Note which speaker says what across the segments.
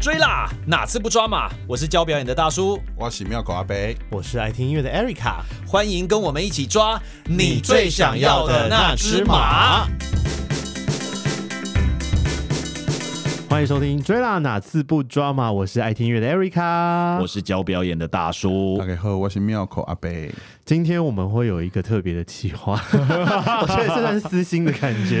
Speaker 1: 追啦！哪次不抓马？我是教表演的大叔，
Speaker 2: 我是妙狗阿北，
Speaker 3: 我是爱听音乐的 Erica，
Speaker 1: 欢迎跟我们一起抓你最想要的那只马。
Speaker 3: 欢迎收听《追啦哪次不抓马》，我是爱听音乐的 Erica，
Speaker 4: 我是教表演的大叔
Speaker 2: 大。家好，我是妙口阿北。
Speaker 3: 今天我们会有一个特别的企 划，我觉得这算私心的感觉。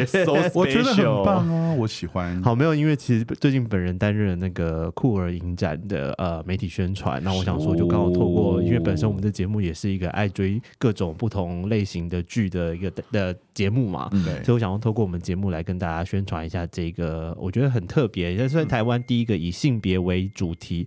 Speaker 2: 我觉得很棒哦，我喜欢。
Speaker 3: 好，没有，因为其实最近本人担任那个酷儿影展的呃媒体宣传，那我想说就刚好透过，因为本身我们的节目也是一个爱追各种不同类型的剧的一个的节目嘛，
Speaker 4: 嗯
Speaker 2: 对
Speaker 3: 所以我想要透过我们节目来跟大家宣传一下这个，我觉得很特别，也算台湾第一个以性别为主题，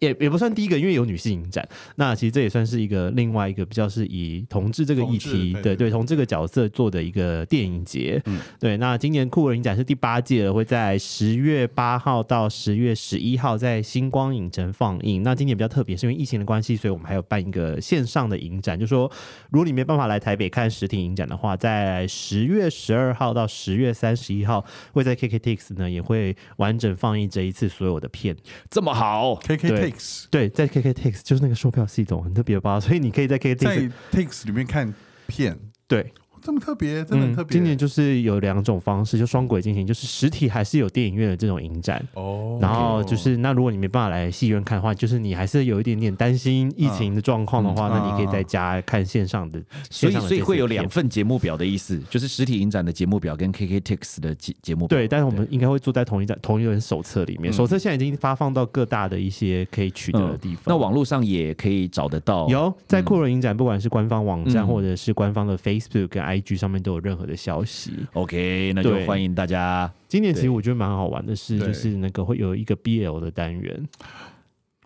Speaker 3: 也也不算第一个，因为有女性影展。那其实这也算是一个另外一个比较是以同志这个议
Speaker 2: 同志
Speaker 3: 题，
Speaker 2: 对对嗯
Speaker 3: 对对，从这个角色做的一个电影节。对，那今年酷儿影展是第八届了，会在十月八号到十月十一号在星光影城放映。那今年比较特别，是因为疫情的关系，所以我们还有办一个线上的影展，就说如果你没办法来台北看实体影展的话，在十月十二号到十月三十一号会在 KKTix 呢也会完整放映这一次所有的片。
Speaker 4: 这么好，
Speaker 2: KK
Speaker 3: 对
Speaker 2: Takes
Speaker 3: 对，在 KKTix 就是那个售票系统很特别吧，所以你可以在 KKTix
Speaker 2: 在 Takes 里面看片，
Speaker 3: 对嗯
Speaker 2: 这么特别，真的很特别。
Speaker 3: 今年就是有两种方式，就双轨进行，就是实体还是有电影院的这种影展。
Speaker 2: 哦
Speaker 3: 然后就是，那如果你没办法来戏院看的话，就是你还是有一点点担心疫情的状况的话，
Speaker 2: 嗯
Speaker 3: 那你可以在家看线上的，
Speaker 4: 所
Speaker 3: 线
Speaker 4: 以
Speaker 3: 上的
Speaker 4: 所以
Speaker 3: 这次
Speaker 4: 会有
Speaker 3: 片
Speaker 4: 两份节目表的意思，就是实体影展的节目表跟 KK Tix 的节节目表。
Speaker 3: 对，但是我们应该会坐在同一张同一人手册里面，
Speaker 2: 嗯
Speaker 3: 手册现在已经发放到各大的一些可以取得的地方。
Speaker 4: 那网络上也可以找得到。
Speaker 3: 有在酷儿影展，不管是官方网站、
Speaker 4: 哦嗯
Speaker 3: 或者是官方的 Facebook 跟 IG 上面都有任何的消息。
Speaker 4: OK，那就
Speaker 3: 对
Speaker 4: 欢迎大家。
Speaker 3: 今年
Speaker 4: 对
Speaker 3: 其实我觉得蛮好玩的是，
Speaker 2: 对
Speaker 3: 就是那个会有一个 BL 的单元，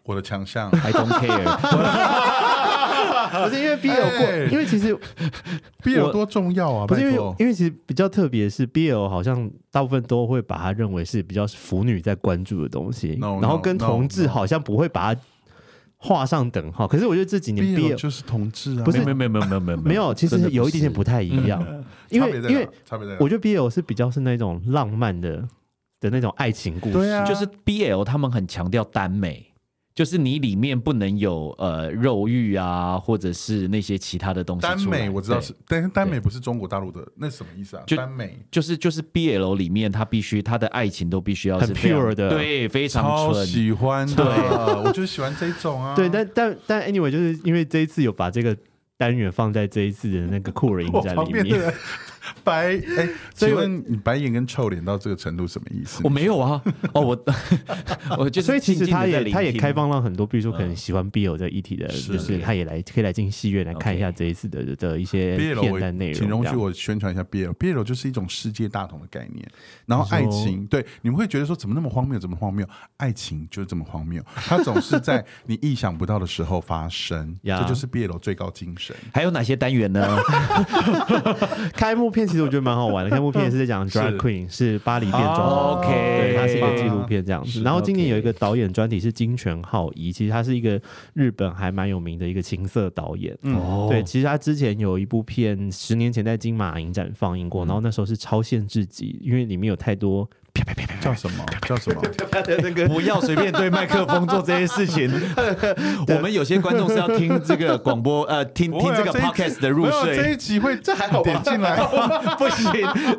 Speaker 2: 我的强项
Speaker 4: I don't care，
Speaker 3: 不是因为 BL 过，
Speaker 2: 哎
Speaker 3: 因为其实
Speaker 2: ，B 有多重要啊？
Speaker 3: 不是因
Speaker 2: 拜
Speaker 3: 为
Speaker 2: 托，
Speaker 3: 因为其实比较特别的是 BL 好像大部分都会把它认为是比较是腐女在关注的东西
Speaker 2: No,
Speaker 3: 然后
Speaker 2: no,
Speaker 3: 跟
Speaker 2: no,
Speaker 3: 同志
Speaker 2: no.
Speaker 3: 好像不会把它画上等号。可是我觉得这几年
Speaker 2: B
Speaker 3: BL
Speaker 2: 有就是同志啊，
Speaker 3: 不是
Speaker 4: 没有没有没有没有没有
Speaker 3: 没有，其
Speaker 4: 真的
Speaker 3: 实
Speaker 4: 不
Speaker 3: 有一点点
Speaker 4: 是
Speaker 3: 不太一样，因为
Speaker 2: 嗯差别在哪
Speaker 3: 因为
Speaker 2: 差别在哪
Speaker 3: 我觉得 BL 是比较是那种浪漫的的那种爱情故事，
Speaker 2: 对啊，
Speaker 4: 就是 BL 他们很强调耽美。就是你里面不能有呃肉欲啊，或者是那些其他的东西出来。
Speaker 2: 耽美，我知道
Speaker 4: 对
Speaker 2: 是，但是耽美不是中国大陆的，那什么意思啊？
Speaker 4: 就
Speaker 2: 耽美
Speaker 4: 就是就是 BL 里面，他必须他的爱情都必须要是
Speaker 3: 很
Speaker 4: 非常
Speaker 3: pure 的
Speaker 4: 对，非常
Speaker 2: 超
Speaker 4: 纯。
Speaker 2: 喜欢的，
Speaker 4: 对
Speaker 2: 我就是喜欢这种啊。
Speaker 3: 对，但但但 anyway，就是因为这一次有把这个单元放在这一次的那个酷儿影
Speaker 2: 我
Speaker 3: 展
Speaker 2: 旁
Speaker 3: 里
Speaker 2: 边的
Speaker 3: 面，
Speaker 2: 人白哎，
Speaker 3: 所
Speaker 2: 请
Speaker 3: 以我
Speaker 2: 问你白眼跟臭脸到这个程度什么意思
Speaker 4: 我？没有啊，哦，我 我就是
Speaker 3: 所以其实
Speaker 4: 静静地
Speaker 3: 他
Speaker 4: 在
Speaker 3: 也
Speaker 4: 聆
Speaker 3: 他也
Speaker 4: 听嗯
Speaker 3: 开放让很多，比如说可能喜欢 BL 这议题的人，
Speaker 2: 是
Speaker 3: 就是他也来可以来进戏院来看一下
Speaker 4: OK
Speaker 3: 这一次的的一些
Speaker 2: BL，
Speaker 3: 片
Speaker 2: 啊我
Speaker 3: 段内容。
Speaker 2: 请容
Speaker 3: 这
Speaker 2: 许
Speaker 3: 样
Speaker 2: 我宣传一下 BL。BL 就是一种世界大同的概念，然后爱情，对，你们会觉得说怎么那么荒谬，怎么荒谬？爱情就是这么荒谬，它总是 在你意想不到的时候发生，
Speaker 3: 呀
Speaker 2: 这就是 BL 最高精神。
Speaker 4: 还有哪些单元呢？
Speaker 3: 开幕片其实我觉得蛮 好玩的，开幕片是在讲 drag queen 是巴黎变装
Speaker 4: 哦
Speaker 3: 皇后，
Speaker 4: ，OK
Speaker 3: 对，它是一个纪录片这样子。然后今年有一个导演专题是金泉浩一，其实他是一个日本还蛮有名的一个情色导演。
Speaker 4: 哦
Speaker 3: 对，其实他之前有一部片，十年前在金马影展放映
Speaker 4: 嗯
Speaker 3: 过，然后那时候是超限制级，因为里面有太多啪啪啪啪啪
Speaker 2: 叫什么？叫什 么？
Speaker 3: 啪的那个
Speaker 4: 不要随便对麦克风做这些事 情。我们有些观众是要听这个广播，呃，听听这个
Speaker 2: 不会啊一
Speaker 4: podcast 的入
Speaker 2: 没有这
Speaker 4: 睡
Speaker 2: 一，集 会这还好点进来，
Speaker 4: 不行，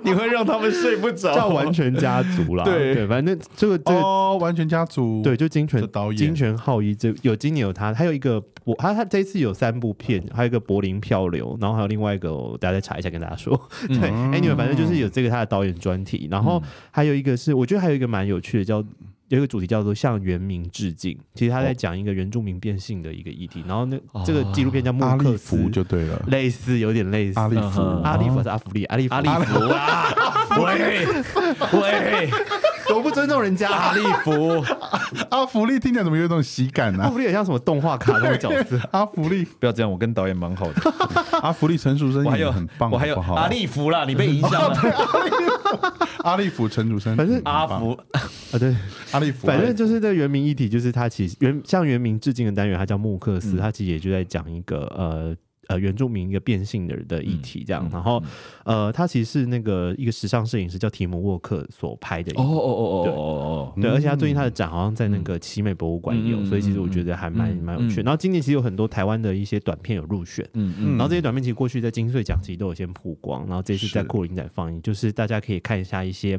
Speaker 4: 你会让他们睡不
Speaker 3: 叫
Speaker 4: 着。
Speaker 3: 完全家族啦。
Speaker 4: 哦 对
Speaker 3: 对，反正这个这个
Speaker 2: 哦，完全家族，
Speaker 3: 对，就金泉
Speaker 2: 这导演
Speaker 3: 金泉浩一这有今年有他，还有一个柏他他这一次有三部片，还有一个柏林漂流，然后还有另外一个我大家再查一下跟大家说。 对，anyway，反正
Speaker 2: 嗯
Speaker 3: 就是有这个他的导演专题，然后还有一个是我觉得还有一个蛮有趣的叫。有一个主题叫做向原民致敬，其实他
Speaker 2: 哦
Speaker 3: 在讲一个原住民变性的一个议题，然后那这个纪录片叫《
Speaker 2: 阿利
Speaker 3: 默克斯
Speaker 2: 福》，就对了，
Speaker 3: 类似有点类似
Speaker 2: 阿利福。
Speaker 4: 嗯哼
Speaker 3: 阿利弗还是阿福利阿利弗
Speaker 4: 阿利福啊，喂喂，
Speaker 3: 多不尊重人家
Speaker 4: 阿利福，
Speaker 2: 阿福利听起来怎么有一种喜感 呢、
Speaker 3: 阿福利很像什么动画卡通角色，
Speaker 2: 阿福利，
Speaker 4: 不要这样，我跟导演蛮好的，
Speaker 2: 阿福利，陈楚生
Speaker 4: 我还
Speaker 2: 演
Speaker 4: 有
Speaker 2: 得很棒，
Speaker 4: 我还有
Speaker 2: 好不好
Speaker 4: 阿利福啦，你被影响了，
Speaker 2: 阿利福，陈楚生，
Speaker 3: 反正
Speaker 2: 很棒
Speaker 4: 阿福，
Speaker 3: 啊对。
Speaker 2: 阿利福，
Speaker 3: 反正就是这个原名议
Speaker 4: 嗯
Speaker 3: 题，就是它其实原向原名致敬的单元，它叫穆克斯，它其实也就在讲一个呃。呃原住民一个变性的的议
Speaker 4: 嗯
Speaker 3: 题这样。然后呃，他其实是那个一个时尚摄影师叫提姆沃克所拍的一
Speaker 4: 哦
Speaker 3: 部
Speaker 4: 哦哦哦哦哦，
Speaker 3: 对，而且他最近他的展好像在那个奇美博物馆也有，
Speaker 4: 嗯
Speaker 3: 所以其实我觉得还蛮蛮有趣。然后今年其实有很多台湾的一些短片有入选，
Speaker 4: 嗯嗯
Speaker 3: 然后这些短片其实过去在金穗奖其实都有先曝光，然后这次在
Speaker 2: 是
Speaker 3: 酷影展放映，就是大家可以看一下一些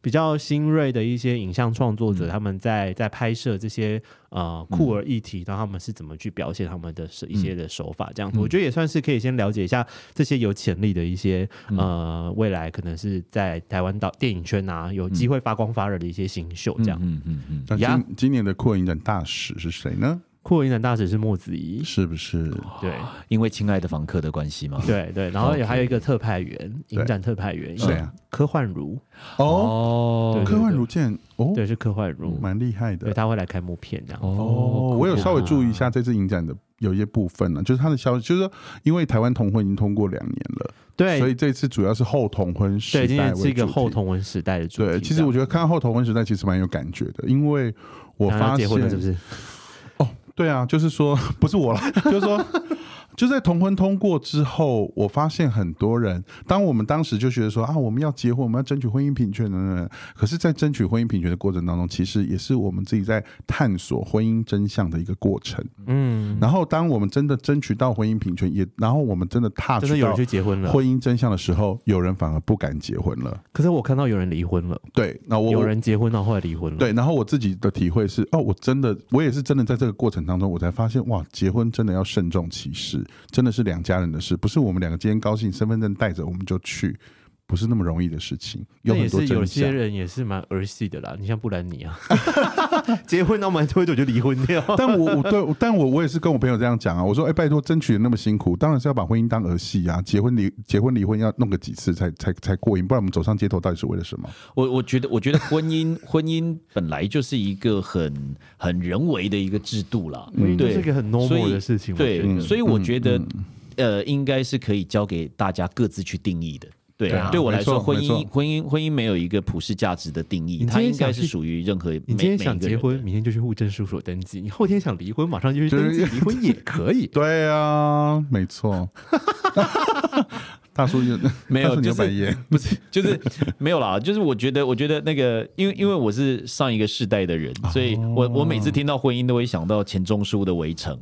Speaker 3: 比较新锐的一些影像创作
Speaker 2: 嗯
Speaker 3: 者，他们在在拍摄这些呃酷儿议题，然后他们是怎么去表现他们的手一
Speaker 2: 嗯
Speaker 3: 些的手法，这样子，我觉得也算是可以先了解一下这些有潜力的一些
Speaker 2: 嗯
Speaker 3: 呃未来可能是在台湾岛电影圈啊有机会发光发热的一些新秀这样。
Speaker 4: 嗯嗯嗯，
Speaker 2: 那
Speaker 3: 呀
Speaker 2: 今今年的酷影展大使是谁呢？
Speaker 3: 酷儿影展大使是莫子仪，
Speaker 2: 是不是？
Speaker 3: 对。
Speaker 2: 哦
Speaker 4: 因为亲爱的房客的关系嘛，
Speaker 3: 对对，然后也还有一个特派员，
Speaker 2: 对
Speaker 3: 影展特派员
Speaker 2: 谁啊？
Speaker 3: 柯焕如，
Speaker 2: 哦，
Speaker 4: 哦
Speaker 3: 对
Speaker 2: 科幻如剑哦，
Speaker 3: 对，是柯焕如，
Speaker 2: 蛮厉害
Speaker 3: 对，
Speaker 2: 的
Speaker 3: 他会来开幕片这样。
Speaker 2: 哦。我有稍微注意一下这次影展的有一些部分呢，就是他的消息，就是说因为台湾同婚已经通过两年了，
Speaker 3: 对，
Speaker 2: 所以这次主要是后同婚时
Speaker 3: 对，今
Speaker 2: 代
Speaker 3: 天
Speaker 2: 为
Speaker 3: 是一个
Speaker 2: 主题
Speaker 3: 后同文时代的主题这
Speaker 2: 对，
Speaker 3: 样。
Speaker 2: 其实我觉得看到后同婚时代其实蛮有感觉的，因为我
Speaker 3: 然后
Speaker 2: 发
Speaker 3: 要
Speaker 2: 现
Speaker 3: 结婚了是不是？
Speaker 2: 对啊，就是说不是我啦，就是说。就在同婚通过之后，我发现很多人，当我们当时就觉得说啊，我们要结婚，我们要争取婚姻平权等等，可是，在争取婚姻平权的过程当中，其实也是我们自己在探索婚姻真相的一个过程。
Speaker 3: 嗯，
Speaker 2: 然后，当我们真的争取到婚姻平权，也然后我们真的踏
Speaker 3: 真的
Speaker 2: 取
Speaker 3: 有
Speaker 2: 啊到
Speaker 3: 人去结婚了，
Speaker 2: 婚姻真相的时候，有人反而不敢结婚了。
Speaker 3: 可是我看到有人离婚了，
Speaker 2: 对，那我
Speaker 3: 有人结婚到后来离婚了。，
Speaker 2: 对，然后我自己的体会是，哦，我真的，我也是真的在这个过程当中，我才发现，哇，结婚真的要慎重其事，真的是两家人的事，不是我们两个今天高兴，身份证带着我们就去，不是那么容易的事情，有
Speaker 3: 那也
Speaker 2: 很多
Speaker 3: 是有
Speaker 2: 真
Speaker 3: 些
Speaker 2: 相。
Speaker 3: 人也是蛮儿戏的啦，你像布兰妮啊，结婚到蛮多久就离婚掉。
Speaker 2: 但我我对，我但我我也是跟我朋友这样讲啊，我说，哎、拜托，争取得那么辛苦，当然是要把婚姻当儿戏啊，结婚离结婚离婚要弄个几次才才才过瘾，不然我们走上街头到底是为了什么？
Speaker 4: 我我觉得，我觉得婚姻婚姻本来就是一个很很人为的一个制度啦，
Speaker 3: 婚姻就
Speaker 4: 对，
Speaker 3: 是一个很 normal
Speaker 4: 所以
Speaker 3: 的事情我觉
Speaker 4: 对，
Speaker 2: 嗯
Speaker 3: 得
Speaker 4: 所以我觉得，呃，应该是可以交给大家各自去定义的。对
Speaker 2: 对啊
Speaker 4: 对我
Speaker 2: 没
Speaker 4: 来说，
Speaker 2: 错
Speaker 4: 婚
Speaker 2: 没错
Speaker 4: 姻婚姻婚姻没有一个普世价值的定义，
Speaker 3: 你今天
Speaker 4: 它应
Speaker 3: 想
Speaker 4: 该
Speaker 3: 去
Speaker 4: 是属于任何每
Speaker 3: 你今天
Speaker 4: 每一
Speaker 3: 想
Speaker 4: 个
Speaker 3: 结
Speaker 4: 人
Speaker 3: 婚，
Speaker 4: 的
Speaker 3: 明天就去户政事务所登记，你后天想离婚，马上就去
Speaker 2: 就
Speaker 3: 登
Speaker 2: 是。
Speaker 3: 记离婚也可以
Speaker 2: 对啊，没错。 大叔有
Speaker 4: 没有
Speaker 2: 大叔你
Speaker 4: 就
Speaker 2: 有
Speaker 4: 是
Speaker 2: 白眼，
Speaker 4: 不是，就是 没有啦，就是我觉得，我觉得那个，因为因为我是上一个世代的人，所以
Speaker 3: 哦
Speaker 4: 我我每次听到婚姻都会想到钱钟书的《围城》，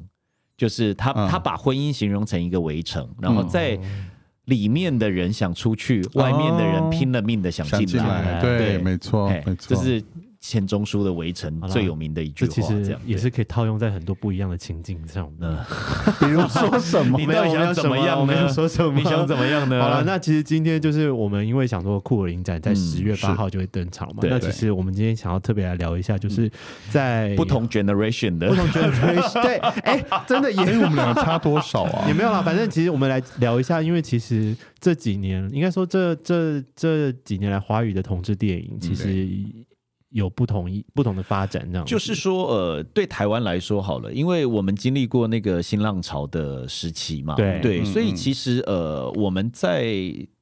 Speaker 4: 就是他、
Speaker 2: 嗯
Speaker 4: 他把婚姻形容成一个围城，然后在里面的人想出去，外面的
Speaker 3: 哦
Speaker 4: 人拼了命的想
Speaker 2: 想
Speaker 4: 进
Speaker 2: 进
Speaker 4: 来，
Speaker 2: 来，对，
Speaker 4: 对，
Speaker 2: 没错
Speaker 4: 哎，
Speaker 2: 哦没错，
Speaker 4: 这是钱钟书的《围城
Speaker 3: 好》啦
Speaker 4: 最有名的一句
Speaker 3: 这
Speaker 4: 话，
Speaker 3: 其
Speaker 4: 这
Speaker 3: 实
Speaker 4: 样
Speaker 3: 也
Speaker 4: 对
Speaker 3: 是可以套用在很多不一样的情境上面。
Speaker 4: 嗯
Speaker 2: 比如说什么
Speaker 4: 你到底想要怎么啊样呢
Speaker 3: 啊我没有说什么，啊
Speaker 4: 你想怎么样呢？
Speaker 3: 好了，那其实今天就是我们因为想说酷儿影展在
Speaker 4: 嗯
Speaker 3: 十月
Speaker 2: 是
Speaker 3: 八号就会登场嘛，
Speaker 4: 对嗯
Speaker 3: 那其实我们今天想要特别来聊一下，就是在
Speaker 4: 不同 generation 的
Speaker 3: 不同 generation 对，哎，真的 也
Speaker 2: 哎，我们两个差多少啊
Speaker 3: 也？没有啦，反正其实我们来聊一下，因为其实这几年，应该说这这这几年来，华语的同志电
Speaker 4: 嗯
Speaker 3: 影其实有不同一不同的发展，这样子
Speaker 4: 就是说，呃，对台湾来说好了，因为我们经历过那个新浪潮的时期嘛，
Speaker 3: 对
Speaker 2: 嗯
Speaker 4: 所以
Speaker 2: 嗯
Speaker 4: 其实呃，我们在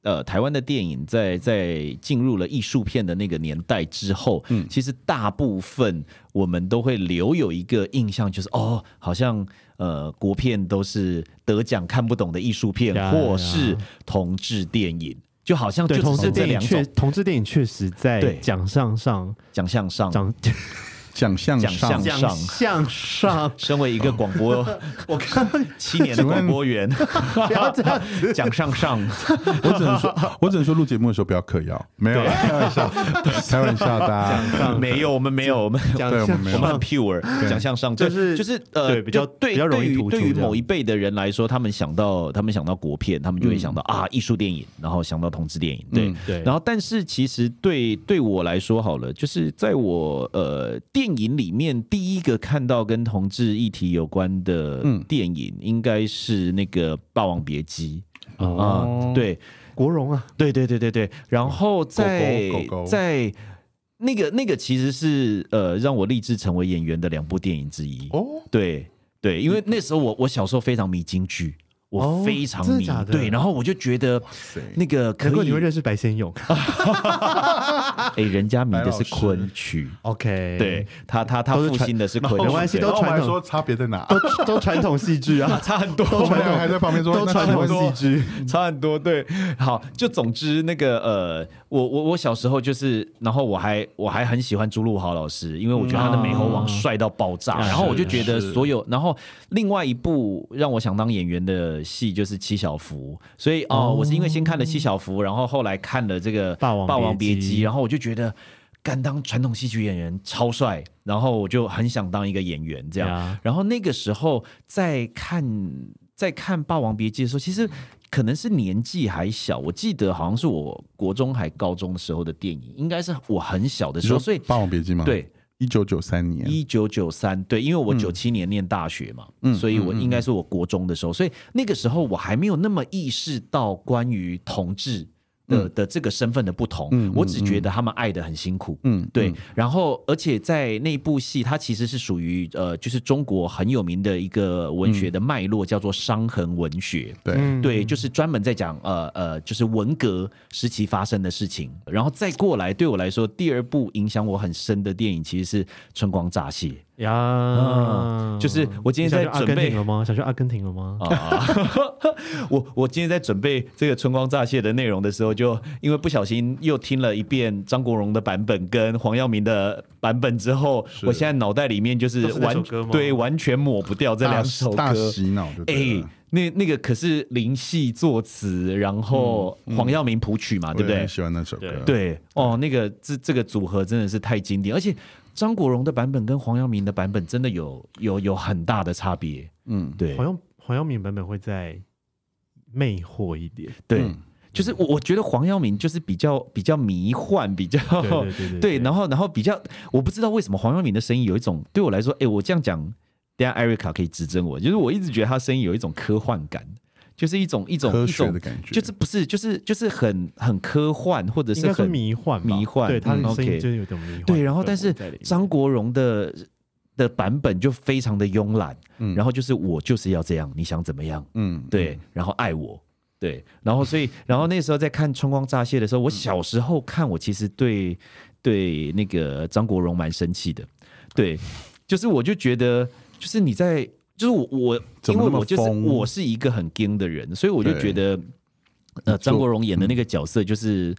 Speaker 4: 呃台湾的电影在在进入了艺术片的那个年代之后，
Speaker 2: 嗯
Speaker 4: 其实大部分我们都会留有一个印象，就是哦，好像呃国片都是得奖看不懂的艺术片，
Speaker 3: 呀
Speaker 4: 或
Speaker 3: 呀
Speaker 4: 是同志电影，就好像就
Speaker 3: 对同
Speaker 4: 只
Speaker 3: 志
Speaker 4: 是这
Speaker 3: 电影
Speaker 4: 两种
Speaker 3: 确同志电影确实在
Speaker 4: 对
Speaker 3: 奖项上
Speaker 4: 奖项上。
Speaker 3: 奖
Speaker 2: 奖项
Speaker 4: 奖项
Speaker 2: 上，
Speaker 4: 上，
Speaker 3: 奖项上
Speaker 4: 身为一
Speaker 3: 哦
Speaker 4: 个广 播，我看七年的广播员，
Speaker 3: 不要这样 子。
Speaker 4: 讲上上，
Speaker 2: 我只 能说，我只能说录节目的时候不要嗑药，没有啦，开玩笑，开玩笑的啊。
Speaker 4: 没有，我们没有，我们
Speaker 3: 奖
Speaker 2: 对我们
Speaker 3: 项
Speaker 2: 没
Speaker 4: 我
Speaker 2: 有
Speaker 4: 们很
Speaker 3: 上
Speaker 4: pure，讲向上，
Speaker 3: 就
Speaker 4: 对
Speaker 3: 是
Speaker 4: 就是呃，
Speaker 3: 对比较
Speaker 4: 就对
Speaker 3: 比较容易
Speaker 4: 对于
Speaker 3: 突出
Speaker 4: 对于
Speaker 3: 这样
Speaker 4: 某一辈的人来说，他们想到他们想到国片，他们就会想到啊艺术电影，然后想到同志电影，对
Speaker 2: 嗯。
Speaker 3: 嗯对，
Speaker 4: 然后，但是其实对对我来说好了，就是在我呃电影里面第一个看到跟同志议题有关的
Speaker 2: 嗯
Speaker 4: 电影，应该是那个《霸王别姬》啊、
Speaker 2: 哦
Speaker 4: 对，
Speaker 3: 国荣啊，
Speaker 4: 对对对对对，
Speaker 3: 哦
Speaker 4: 然后在
Speaker 2: 狗狗
Speaker 4: 在那个那个其实是呃让我立志成为演员的两部电影之一。
Speaker 2: 哦，
Speaker 4: 对对，因为那时候我我小时候非常迷京剧，我
Speaker 3: 哦
Speaker 4: 非常
Speaker 3: 真的
Speaker 4: 迷，
Speaker 3: 假的
Speaker 4: 对，然后我就觉得那个可
Speaker 3: 难怪你
Speaker 4: 以
Speaker 3: 会，认识白先勇。
Speaker 4: 哎、人家迷的
Speaker 2: 白老
Speaker 4: 是
Speaker 2: 师
Speaker 4: 昆曲，
Speaker 3: OK，
Speaker 4: 对他他他
Speaker 3: 都是
Speaker 4: 复
Speaker 3: 传
Speaker 4: 兴的是昆
Speaker 3: 没
Speaker 4: 曲，
Speaker 3: 关系，
Speaker 4: 对
Speaker 3: 都
Speaker 2: 然后我
Speaker 3: 传
Speaker 2: 还
Speaker 3: 统
Speaker 2: 说，差别在哪？
Speaker 3: 都都传统戏剧 啊，差很多，都
Speaker 2: 我们
Speaker 3: 传
Speaker 2: 俩还
Speaker 3: 统
Speaker 2: 在旁边说，
Speaker 3: 都
Speaker 2: 那
Speaker 3: 传
Speaker 2: 请
Speaker 3: 统
Speaker 2: 问
Speaker 3: 戏剧。
Speaker 4: 差很多，对，好，就总之那个呃，我我我小时候就是，然后我还我还很喜欢朱露豪老师，因为我觉得他的美猴王帅到爆炸，
Speaker 3: 嗯
Speaker 4: 然后我就觉得
Speaker 2: 是
Speaker 4: 所有，然后另外一部让我想当演员的戏就是七小福，所以哦，我是因为先看了七小福，然后后来看了这个《
Speaker 3: 霸王
Speaker 4: 霸王
Speaker 3: 别
Speaker 4: 别
Speaker 3: 姬
Speaker 4: 姬》，然后我就觉得。干当传统戏曲演员超帅，然后我就很想当一个演员这样。
Speaker 3: 呀
Speaker 4: 然后那个时候在看在看《霸王别姬》的时候，其实可能是年纪还小，我记得好像是我国中还高中的时候的电影，应该是我很小的
Speaker 2: 你
Speaker 4: 时候，
Speaker 2: 说嗯
Speaker 4: 所以
Speaker 2: 《霸王别姬》吗？，
Speaker 4: 对。
Speaker 2: 一九九三年，
Speaker 4: 一九九三，对，因为我九七年念大学嘛，
Speaker 2: 嗯
Speaker 4: 所以我应该是我国中的时候，所以那个时候我还没有那么意识到关于同志的、的这个身份的不同，
Speaker 2: 嗯
Speaker 4: 我只觉得他们爱的很辛苦，
Speaker 2: 嗯，
Speaker 4: 对，
Speaker 2: 嗯，
Speaker 4: 然后而且在那部戏，它其实是属于呃，就是中国很有名的一个文学的脉络，叫做伤痕文学。
Speaker 2: 对，
Speaker 3: 嗯
Speaker 4: 对，就是专门在讲呃呃，就是文革时期发生的事情，然后再过来，对我来说，第二部影响我很深的电影其实是《春光乍泄》
Speaker 3: 呀
Speaker 4: 嗯，就是我今天在
Speaker 3: 你想去阿
Speaker 4: 准
Speaker 3: 根
Speaker 4: 备
Speaker 3: 廷了吗？想去阿根廷了吗？
Speaker 4: 啊。 我我今天在准备这个《春光乍泄》的内容的时候，就因为不小心又听了一遍张国荣的版本跟黄耀明的版本之后，我现在脑袋里面就是
Speaker 3: 都是那
Speaker 4: 完
Speaker 3: 首歌吗
Speaker 4: 对完全抹不掉这两首歌。
Speaker 2: 大洗脑就
Speaker 4: 哎、
Speaker 2: 对了。
Speaker 4: 那那个可是林夕作词，然后
Speaker 3: 嗯
Speaker 4: 黄耀明谱曲嘛，
Speaker 2: 我
Speaker 4: 啊对不
Speaker 2: 也
Speaker 4: 对
Speaker 2: 很？喜欢那首歌，，
Speaker 4: 对哦，那个这这个组合真的是太经典，而且张国荣的版本跟黄耀明的版本真的有有有很大的差别。
Speaker 2: 嗯，
Speaker 4: 对
Speaker 3: 黄耀黄耀明版本会再魅惑一点，
Speaker 4: 对，
Speaker 2: 嗯
Speaker 4: 就是我我觉得黄耀明就是比较比较迷幻，比较
Speaker 3: 对 对对对
Speaker 4: 哦对
Speaker 3: 对，
Speaker 4: 然后然后比较，我不知道为什么黄耀明的声音有一种对我来说，哎，我这样讲，等一下 Erica 可以指正我，就是我一直觉得他声音有一种科幻感，就是一种一种
Speaker 2: 科
Speaker 4: 一
Speaker 2: 学的
Speaker 4: 种，
Speaker 2: 感觉，
Speaker 4: 就是不是就是就是很很科幻，或者
Speaker 3: 应
Speaker 4: 是
Speaker 3: 该说
Speaker 4: 很
Speaker 3: 迷幻吧，
Speaker 4: 迷幻
Speaker 3: 对他
Speaker 4: 嗯
Speaker 3: 的声
Speaker 4: ，OK
Speaker 3: 音真的有点迷幻。
Speaker 4: 对，然后但是
Speaker 3: 在里面
Speaker 4: 张国荣的的版本就非常的慵懒，
Speaker 2: 嗯
Speaker 4: 然后就是我就是要这样，你想怎么样？
Speaker 2: 嗯，
Speaker 4: 对，然后爱我，对，然后所以，然后那时候在看《春光乍泄》的时候，
Speaker 2: 嗯
Speaker 4: 我小时候看，我其实对对那个张国荣蛮生气的，对，就是我就觉得，就是你在，就是我我，
Speaker 2: 怎
Speaker 4: 因
Speaker 2: 么
Speaker 4: 为
Speaker 2: 那么
Speaker 4: 我就是
Speaker 2: 疯
Speaker 4: 我是一个很硬的人，所以我就
Speaker 2: 对嗯
Speaker 4: 觉得，呃，张国荣演的那个角色就是。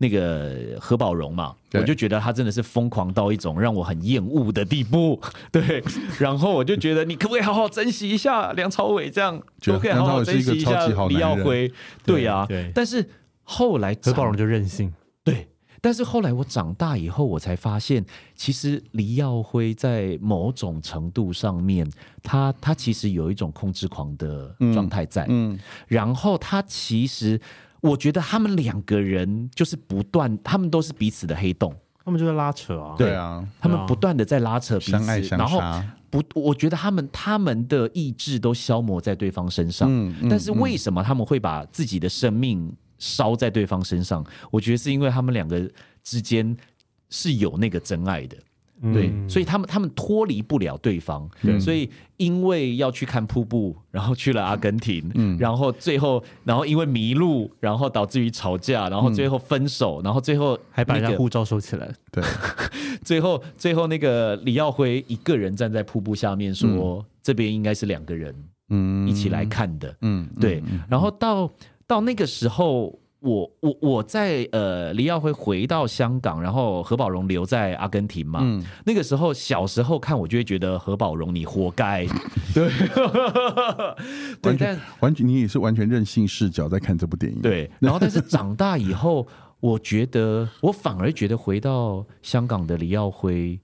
Speaker 4: 那个何宝荣嘛，
Speaker 2: 对
Speaker 4: 我就觉得他真的是疯狂到一种让我很厌恶的地步， 对。然后我就觉得你可不可以好好珍惜一下梁朝伟这样，
Speaker 2: 觉
Speaker 4: 都
Speaker 2: 得
Speaker 4: 可以好好珍惜一下李耀辉，对呀、
Speaker 3: 对对
Speaker 4: 但是后来
Speaker 3: 何
Speaker 4: 长
Speaker 3: 宝荣就任性，
Speaker 4: 对，但是后来我长大以后，我才发现，其实黎耀辉在某种程度上面，他他其实有一种控制狂的状态在，
Speaker 2: 嗯，
Speaker 4: 然后他其实。我觉得他们两个人就是不断，他们都是彼此的黑洞，
Speaker 3: 他们就在拉扯啊。
Speaker 2: 对啊，
Speaker 4: 他们不断的在拉扯彼此，
Speaker 2: 相爱相
Speaker 4: 然后
Speaker 2: 杀，
Speaker 4: 不，我觉得他们他们的意志都消磨在对方身上，
Speaker 2: 嗯嗯
Speaker 4: 但是为什么他们会把自己的生命烧在对方身上？我觉得是因为他们两个之间是有那个真爱的，
Speaker 3: 嗯
Speaker 4: 对，所以他们他们脱离不了对方，所以因为要去看瀑布，然后去了阿根廷，然后最后然后因为迷路，然后导致于吵架，然后最后分手，然后最后
Speaker 3: 还把人
Speaker 4: 那
Speaker 3: 家
Speaker 4: 个
Speaker 3: 护照收起来，
Speaker 2: 对，
Speaker 4: 最后，最后那个李耀辉一个人站在瀑布下面说：“这边应该是两个人
Speaker 2: 嗯，
Speaker 4: 一起来看的。
Speaker 2: 嗯，嗯，
Speaker 4: 对，然后到到那个时候，我我我在呃，李耀辉回到香港，然后何宝荣留在阿根廷嘛。
Speaker 2: 嗯
Speaker 4: 那个时候小时候看，我就会觉得何宝荣你活该。
Speaker 2: 对，
Speaker 4: 对，
Speaker 2: 完
Speaker 4: 但
Speaker 2: 全完全，你也是完全任性视角在看这部电影，，
Speaker 4: 对，然后但是长大以后，我觉得我反而觉得回到香港的李耀辉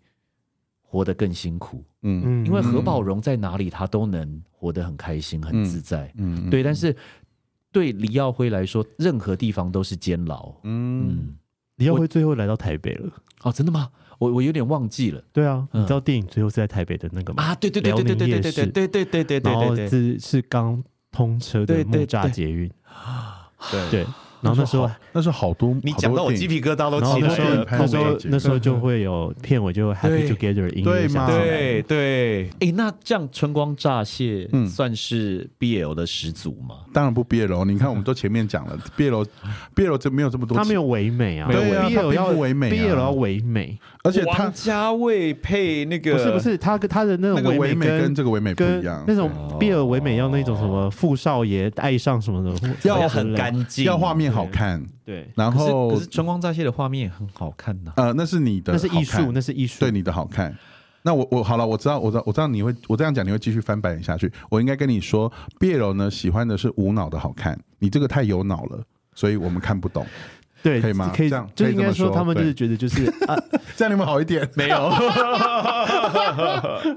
Speaker 4: 活得更辛苦。
Speaker 2: 嗯
Speaker 3: 嗯
Speaker 4: 因为何宝荣在哪里，他都能活得很开心、很自在。
Speaker 2: 嗯，
Speaker 4: 对，但是对黎耀辉来说，任何地方都是监牢。
Speaker 2: 嗯，
Speaker 4: 嗯，
Speaker 3: 李耀辉最后来到台北了。
Speaker 4: 哦，真的吗？我我有点忘记了
Speaker 3: 对啊，
Speaker 4: 嗯
Speaker 3: 你知道电影最后是在台北的那个吗？
Speaker 4: 啊！对对对对对对对对对对对对对
Speaker 3: 然后
Speaker 4: 对对，
Speaker 3: 是是刚通车的
Speaker 4: 对对
Speaker 3: 木栅捷运，
Speaker 2: 对
Speaker 3: 对，然后那时候
Speaker 2: 好那时候好多，
Speaker 1: 你
Speaker 2: 好
Speaker 1: 讲
Speaker 2: 多
Speaker 1: 到我
Speaker 2: 电
Speaker 1: 鸡
Speaker 2: 影
Speaker 1: 皮疙瘩都
Speaker 3: 然后
Speaker 1: 起
Speaker 3: 那
Speaker 1: 来
Speaker 3: 时候
Speaker 1: 了。
Speaker 2: 拍
Speaker 3: 那时
Speaker 2: 电
Speaker 3: 候
Speaker 2: 影节
Speaker 3: 那时候就会有片尾就 Happy
Speaker 4: 对
Speaker 3: Together 音乐
Speaker 2: 对
Speaker 3: 下
Speaker 2: 嘛
Speaker 3: 来
Speaker 4: 对对，哎，那这样春光乍泄
Speaker 2: 嗯
Speaker 4: 算是 BL 的始祖吗？
Speaker 2: 当然不 BL，你看哦我们都前面讲了，BL，BL 就没有这么多，
Speaker 3: 他没有，唯美啊，
Speaker 4: 没有
Speaker 2: 对啊，
Speaker 4: 唯
Speaker 2: 它
Speaker 3: BL 要
Speaker 2: 并不唯美、啊，
Speaker 3: BL 要唯美，
Speaker 2: 而且
Speaker 4: 王
Speaker 2: 它
Speaker 4: 家卫配那个
Speaker 3: 不是不是，他跟他的那
Speaker 2: 那
Speaker 3: 种
Speaker 2: 个唯美
Speaker 3: 跟
Speaker 2: 跟这个唯美不
Speaker 3: 跟
Speaker 2: 一样，哦
Speaker 3: 那种
Speaker 4: 对
Speaker 3: BL 唯美要那种什么富少爷爱上什么的，
Speaker 4: 要
Speaker 3: 要
Speaker 4: 很干净，
Speaker 2: 要画面好看，
Speaker 3: 对，
Speaker 2: 然
Speaker 4: 可是
Speaker 2: 后
Speaker 4: 可是春光乍泄的画面也很好看呐、
Speaker 2: 呃，那是你的
Speaker 3: 那是
Speaker 2: 好看，
Speaker 3: 艺术，那是艺术，
Speaker 2: 对你的好看。那我我好了，我知道，我知道，我知道你会，我这样讲你会继续翻白眼下去。我应该跟你说，BL 呢喜欢的是无脑的好看，你这个太有脑了，所以我们看不懂。
Speaker 3: 对
Speaker 2: 可以吗
Speaker 3: 可以
Speaker 2: 这样，
Speaker 3: 就
Speaker 2: 可以
Speaker 3: 应该
Speaker 2: 这么
Speaker 3: 说
Speaker 2: 说
Speaker 3: 他们就是觉得就是 啊，
Speaker 2: 这样你们好一点？没有，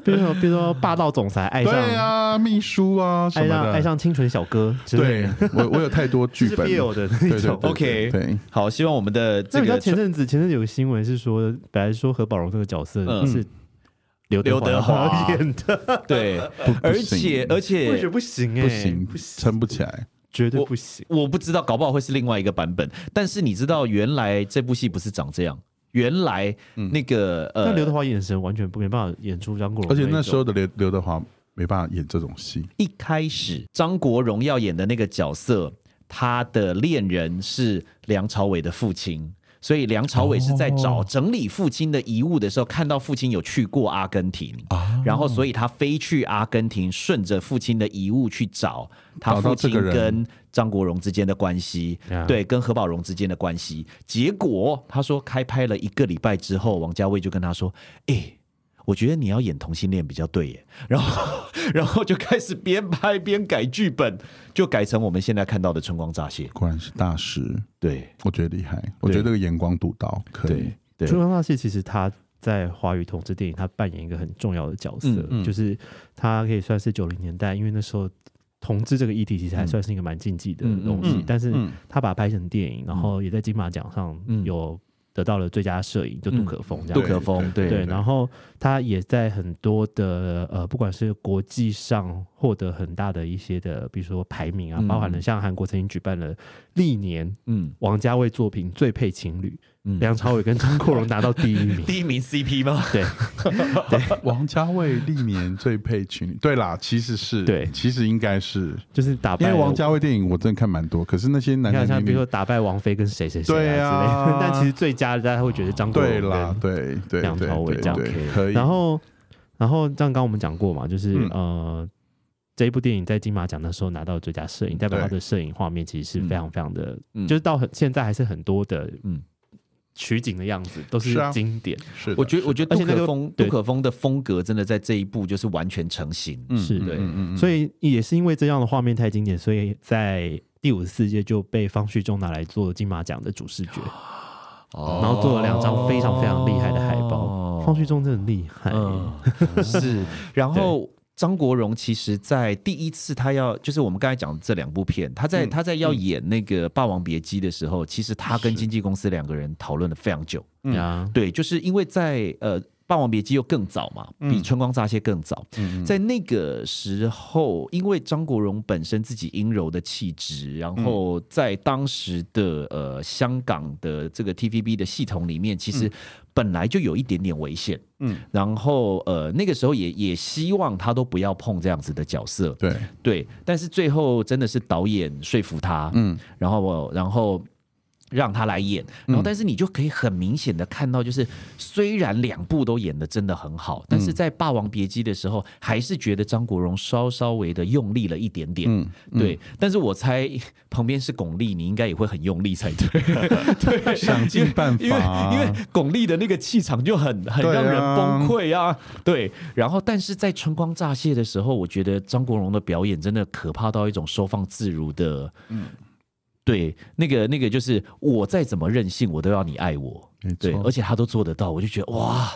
Speaker 3: 比如说比如说霸道总裁爱上
Speaker 2: 对啊，秘书啊什
Speaker 3: 爱
Speaker 2: 么
Speaker 3: 上
Speaker 2: 的，
Speaker 3: 爱上清纯小哥之类
Speaker 2: 对
Speaker 3: 的，
Speaker 2: 我我有太多
Speaker 3: 这
Speaker 2: 剧
Speaker 3: 是
Speaker 2: 本，
Speaker 3: BL 的那
Speaker 2: 对对
Speaker 3: 种。
Speaker 2: 对
Speaker 4: OK
Speaker 2: 对，
Speaker 4: 好，希望我们的
Speaker 3: 那
Speaker 4: 这
Speaker 3: 你知道
Speaker 4: 个
Speaker 3: 前阵子前阵子有个新闻是说，本来说何宝荣这个角色
Speaker 4: 嗯
Speaker 3: 是刘
Speaker 4: 刘德华
Speaker 2: 嗯
Speaker 3: 华演的，
Speaker 4: 对，
Speaker 2: 不不
Speaker 4: 而
Speaker 2: 行
Speaker 4: 且而
Speaker 3: 我觉得
Speaker 4: 且
Speaker 3: 不行哎，
Speaker 2: 不行，撑不起来。
Speaker 3: 绝对不行。
Speaker 4: 我不知道，搞不好会是另外一个版本。但是你知道，原来这部戏不是长这样，原来那个、
Speaker 3: 但刘
Speaker 4: 呃，
Speaker 3: 德华眼神完全不没办法演出张国荣
Speaker 2: 而
Speaker 3: 一
Speaker 2: 且
Speaker 3: 种，
Speaker 2: 那时候的刘刘德华没办法演这种戏，
Speaker 4: 一开始张国荣要演的那个角色，他的恋人是梁朝伟的父亲。所以梁朝伟是在找整理父亲的遗物的时候，看到父亲有去过阿根廷，然后所以他飞去阿根廷，顺着父亲的遗物去找他
Speaker 2: 找到
Speaker 4: 父
Speaker 2: 这
Speaker 4: 亲
Speaker 2: 个人
Speaker 4: 跟张国荣之间的关系，
Speaker 3: 啊
Speaker 4: 对，跟何宝荣之间的关系。结果他说开拍了一个礼拜之后，王家卫就跟他说：“哎、我觉得你要演同性恋比较对耶。”然后，然后就开始边拍边改剧本，就改成我们现在看到的《春光乍泄》。
Speaker 2: 果然是大师，
Speaker 4: 对
Speaker 2: 我觉得厉害，我觉得这个眼光独到，可以
Speaker 4: 对。对，
Speaker 3: 春光乍泄其实他在华语同志电影，他扮演一个很重要的角色，
Speaker 4: 嗯
Speaker 2: 嗯
Speaker 3: 就是他可以算是九零年代，因为那时候同志这个议题其实还算是一个蛮禁忌的
Speaker 4: 嗯嗯
Speaker 3: 东西，
Speaker 2: 嗯，
Speaker 3: 但是
Speaker 2: 嗯
Speaker 3: 他把它拍成电影，然后也在金马奖上
Speaker 4: 嗯
Speaker 3: 有得到了最佳摄影，
Speaker 2: 嗯
Speaker 3: 就杜可风这样
Speaker 4: 杜
Speaker 3: 子。
Speaker 4: 可风对
Speaker 3: 对，然后他也在很多的呃，不管是国际上获得很大的一些的，比如说排名啊，
Speaker 4: 嗯
Speaker 3: 包含了像韩国曾经举办了历年
Speaker 4: 嗯
Speaker 3: 王家卫作品最配情侣，
Speaker 4: 嗯，。
Speaker 3: 梁朝伟跟张国荣拿到第一名
Speaker 4: 第一名 CP 吗？
Speaker 3: 对，
Speaker 2: 王家卫历年最配群，对啦，其实是
Speaker 3: 对
Speaker 2: 其实应该是
Speaker 3: 就是打
Speaker 2: 因
Speaker 3: 败
Speaker 2: 为
Speaker 3: 了
Speaker 2: 王，家卫电影我真的看蛮多，可是那些
Speaker 3: 你
Speaker 2: 男
Speaker 3: 看像
Speaker 2: 男
Speaker 3: 比
Speaker 2: 女
Speaker 3: 如
Speaker 2: 女
Speaker 3: 说打败王菲跟谁谁谁啊之类
Speaker 2: 对
Speaker 3: 的，
Speaker 2: 啊
Speaker 3: 但其实最佳的大家会觉得张国荣
Speaker 2: 对啦
Speaker 3: 跟，
Speaker 2: 对对
Speaker 3: 梁朝伟
Speaker 2: 对对
Speaker 3: 这样
Speaker 2: 对
Speaker 4: OK
Speaker 2: 可以。
Speaker 3: 然后，然后像刚刚我们讲过嘛，就是、
Speaker 2: 嗯
Speaker 3: 呃，这一部电影在金马奖的时候拿到最佳摄影，代表它的摄影画面其实是非常非常的，
Speaker 4: 嗯
Speaker 3: 就是到很现在还是很多的
Speaker 4: 嗯
Speaker 3: 取景的样子都是
Speaker 2: 是啊
Speaker 3: 经典，
Speaker 2: 是的，
Speaker 4: 我觉得，我觉得
Speaker 3: 而
Speaker 4: 杜
Speaker 3: 且那个
Speaker 4: 可风，
Speaker 3: 对
Speaker 4: 杜可风的风格真的在这一部就是完全成型。
Speaker 2: 嗯
Speaker 3: 是
Speaker 2: 嗯
Speaker 4: 对
Speaker 2: 嗯嗯嗯
Speaker 3: 所以也是因为这样的画面太经典，所以在。第五十四届就被方旭中拿来做金马奖的主视觉，
Speaker 4: 哦
Speaker 3: 然后做了两张非常非常厉害的海报。方旭中真的很厉害，
Speaker 4: 嗯，是。然后张国荣其实，在第一次他要，就是我们刚才讲的这两部片，他在、他在要演那个《霸王别姬》的时候，其实他跟
Speaker 2: 是
Speaker 4: 经纪公司两个人讨论了非常久。
Speaker 2: 嗯
Speaker 3: 啊，
Speaker 4: 对，就是因为在呃。《霸王别姬》又更早嘛，比
Speaker 2: 嗯
Speaker 4: 《春光乍泄》更早。
Speaker 2: 嗯嗯
Speaker 4: 在那个时候，因为张国荣本身自己阴柔的气质，然
Speaker 2: 嗯
Speaker 4: 后在当时的呃香港的这个 TVB 的系统里面，其实本来就有一点点危险。
Speaker 2: 嗯，
Speaker 4: 然后呃那个时候也也希望他都不要碰这样子的角色，
Speaker 2: 对，
Speaker 4: 对。但是最后真的是导演说服他，
Speaker 2: 嗯
Speaker 4: 然后我然后。让他来演，然后
Speaker 2: 嗯
Speaker 4: 但是你就可以很明显的看到，就是虽然两部都演的真的很好，但
Speaker 2: 嗯
Speaker 4: 是在《霸王别姬》的时候，还是觉得张国荣稍稍微的用力了一点点。
Speaker 2: 嗯，嗯
Speaker 4: 对，但是我猜旁边是巩俐，你应该也会很用力才 对。对，
Speaker 2: 想尽办
Speaker 4: 因为
Speaker 2: 法啊，
Speaker 4: 因为巩俐的那个气场就很很
Speaker 2: 对啊
Speaker 4: 让人崩溃啊，对。然后，但是在春光乍泄的时候，我觉得张国荣的表演真的可怕到一种收放自如的，嗯，对，那个那个就是我再怎么任性，我都要你爱我，
Speaker 2: 没
Speaker 4: 对，
Speaker 2: 错
Speaker 4: 而且他都做得到，我就觉得哇，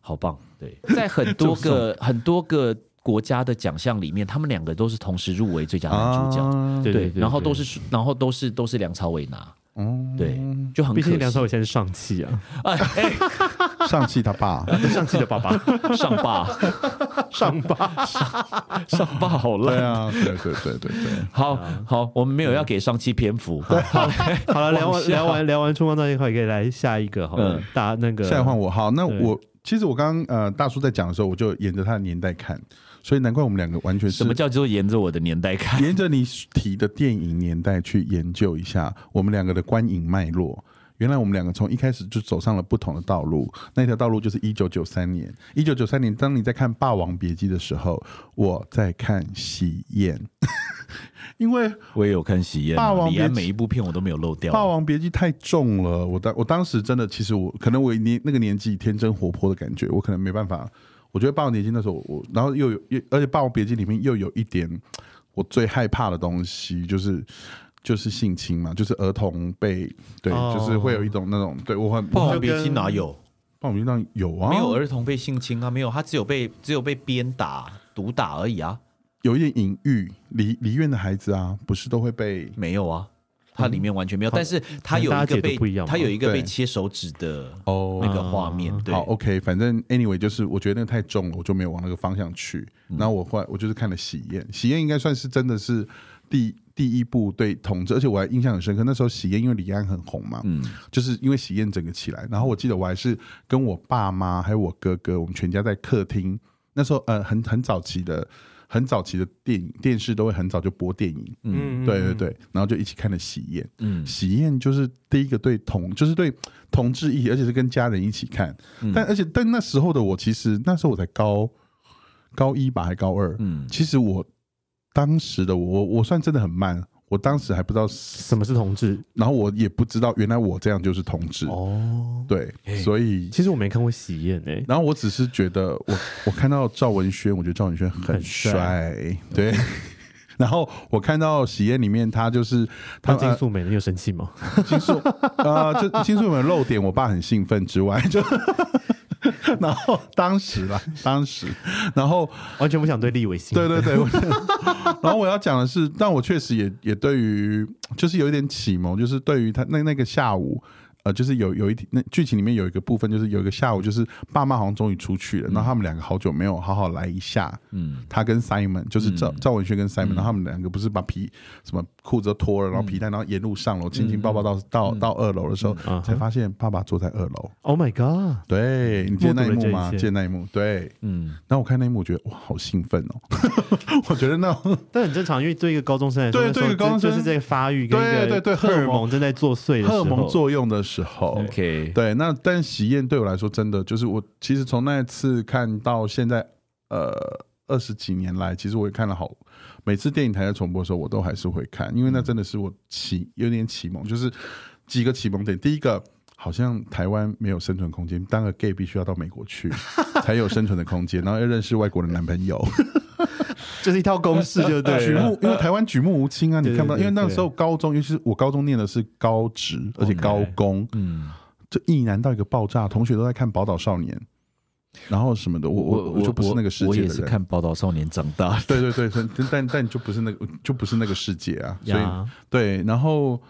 Speaker 4: 好棒， 对，在很多
Speaker 2: 这种
Speaker 4: 个很多个国家的奖项里面，他们两个都是同时入围最佳男主角。
Speaker 2: 啊，
Speaker 3: 对对，
Speaker 4: 嗯然后都是，然后都是都是梁朝伟拿，
Speaker 2: 嗯
Speaker 4: 对，就很
Speaker 3: 毕
Speaker 4: 可惜。
Speaker 3: 竟梁朝伟现在是上气啊，
Speaker 4: 哎，哎
Speaker 2: 上汽 他爸，
Speaker 4: 上汽的爸爸，上爸，
Speaker 3: 上吧，
Speaker 4: 上爸好
Speaker 2: 对
Speaker 4: 烂。
Speaker 2: 啊，对对对对对，
Speaker 4: 好好，我们没有要给上汽篇幅。
Speaker 3: 好了，聊
Speaker 4: 往
Speaker 3: 完
Speaker 4: 下
Speaker 3: 聊完聊完春光乍泄后，也可以来下一个好了
Speaker 4: 嗯，
Speaker 3: 大那个
Speaker 2: 现在换我好，那
Speaker 3: 对
Speaker 2: 我其实我刚刚呃大叔在讲的时候，我就沿着他的年代看，所以难怪我们两个完全是
Speaker 4: 什么叫做沿着我的年代看？
Speaker 2: 沿着你提的电影年代去研究一下我们两个的观影脉络。原来我们两个从一开始就走上了不同的道路，那条道路就是一九九三年。一九九三年，当你在看《霸王别姬》的时候，我在看《喜宴》， 因为《
Speaker 4: 我也有看喜宴啊，
Speaker 2: 霸王别
Speaker 4: 李安
Speaker 2: 姬
Speaker 4: 每一部片我都没有漏掉。
Speaker 2: 霸王别姬》太重了。我当我当时真的，其实我可能我年那个年纪天真活泼的感觉，我可能没办法。我觉得《霸王别姬》那时候我，然后又有又，而且《霸王别姬》里面又有一点我最害怕的东西，就是就是性侵嘛，就是儿童被对，
Speaker 3: 哦
Speaker 2: 就是会有一种那种对我很
Speaker 4: 霸
Speaker 2: 霸
Speaker 4: 王别姬哪有？
Speaker 2: 王别姬上有啊，
Speaker 4: 没有儿童被性侵啊，没有，他只有被只有被鞭打、毒打而已啊，
Speaker 2: 有一点隐喻，离离院的孩子啊，不是都会被
Speaker 4: 没有啊，它里面完全没有。
Speaker 3: 好
Speaker 4: 但是它有
Speaker 3: 大
Speaker 4: 一
Speaker 3: 家
Speaker 4: 个
Speaker 3: 解读
Speaker 4: 被
Speaker 3: 不一样嘛
Speaker 4: 它有一个被
Speaker 2: 对
Speaker 4: 切手指的
Speaker 2: 哦
Speaker 4: 那个画面，对
Speaker 2: 好，，OK，反正 anyway 就是我觉得那个太重了，我就没有往那个方向去。
Speaker 4: 嗯
Speaker 2: 然后我后来我就是看了《喜宴》，《喜宴》应该算是真的是第第一部对同志，而且我还印象很深刻。那时候《喜宴》因为李安很红嘛，
Speaker 4: 嗯，
Speaker 2: 就是因为喜宴整个起来，然后我记得我还是跟我爸妈还有我哥哥，我们全家在客厅。那时候呃，很很早期的，很早期的电影电视都会很早就播电影，
Speaker 3: 嗯
Speaker 2: 对对，对，然后就一起看了喜宴。
Speaker 4: 嗯
Speaker 2: 喜宴就是第一个对同，就是对同志意义，而且是跟家人一起看。
Speaker 3: 嗯
Speaker 2: 但而且但那时候的我，其实那时候我才高高一吧，还高二。
Speaker 4: 嗯，
Speaker 2: 其实我当时的我，我我算真的很慢。我当时还不知道，
Speaker 3: 什么是同志？
Speaker 2: 然后我也不知道原来我这样就是同志。
Speaker 3: 哦，
Speaker 2: 对
Speaker 4: 嘿，
Speaker 2: 所以，
Speaker 3: 其实我没看过喜宴欸诶，
Speaker 2: 然后我只是觉得我，我看到赵文轩，我觉得赵文轩很
Speaker 3: 很帅
Speaker 2: 帅，对。 然后我看到《喜宴》里面，他就是他
Speaker 3: 他金素梅，你有生气吗？
Speaker 2: 呃金 素呃，就金素有没有漏点？我爸很兴奋之外， 就然后当时啦，当时，然后
Speaker 3: 完全不想对立维新。
Speaker 2: 对对对，我然后我要讲的是，但我确实也也对于，就是有一点启蒙，就是对于他那那个下午。呃，就是有有一天那剧情里面有一个部分，就是有一个下午，就是爸妈好像终于出去了，然后他们两个好久没有好好来一下，
Speaker 4: 嗯，
Speaker 2: 他跟 Simon 就是赵、
Speaker 4: 嗯
Speaker 2: 赵文轩跟 Simon，、然后他们两个不是把皮什么裤子都脱了，然后皮带，然后沿路上楼，亲亲抱抱到、到到二楼的时候，
Speaker 3: 嗯
Speaker 2: 才发现爸爸坐在二楼。
Speaker 3: ，Oh my god！
Speaker 2: 对你记得那一幕吗？
Speaker 3: 目睹了这一切
Speaker 2: 记得那一幕，对。
Speaker 4: 嗯，
Speaker 2: 然后我看那一幕，我觉得哇，好兴奋哦！我觉得那种
Speaker 3: 但很正常，因为对一个高中生来说，
Speaker 2: 对
Speaker 3: 那时候
Speaker 2: 对一个高中生
Speaker 3: 就就是这个发育跟一个
Speaker 2: 对对对
Speaker 3: 荷
Speaker 2: 荷尔
Speaker 3: 尔
Speaker 2: 蒙
Speaker 3: 蒙正在作祟的时
Speaker 2: 荷尔
Speaker 3: 候，
Speaker 2: 蒙作用的时候。
Speaker 4: OK，
Speaker 2: 对，那但喜宴对我来说，真的就是我其实从那次看到现在，呃，二十几年来，其实我也看了好，每次电影台在重播的时候，我都还是会看，因为
Speaker 3: 嗯
Speaker 2: 那真的是我启有点启蒙，就是几个启蒙点。第一个，好像台湾没有生存空间，当个 gay 必须要到美国 去才有生存的空间，然后要认识外国的男朋友。
Speaker 3: 就是一套公式，就 对
Speaker 2: 举
Speaker 3: 了。
Speaker 2: 目，因为台湾举目无亲啊，你
Speaker 3: 对
Speaker 2: 看不到，
Speaker 3: 对
Speaker 2: 因为那
Speaker 3: 对
Speaker 2: 时候高中，尤其是我高中念的是高职，而且高工。
Speaker 4: 嗯，
Speaker 2: 就意难到一个爆炸，同学都在看《宝岛少年》，然后什么的，我我我就不是那个世
Speaker 4: 我
Speaker 2: 界
Speaker 4: 也
Speaker 2: 的
Speaker 4: 是
Speaker 2: 人。
Speaker 4: 看《报道少年》长大的。
Speaker 2: 对对对，但但但就不是那个，就 不是那个世界啊，所以
Speaker 3: 呀，
Speaker 2: 对，然后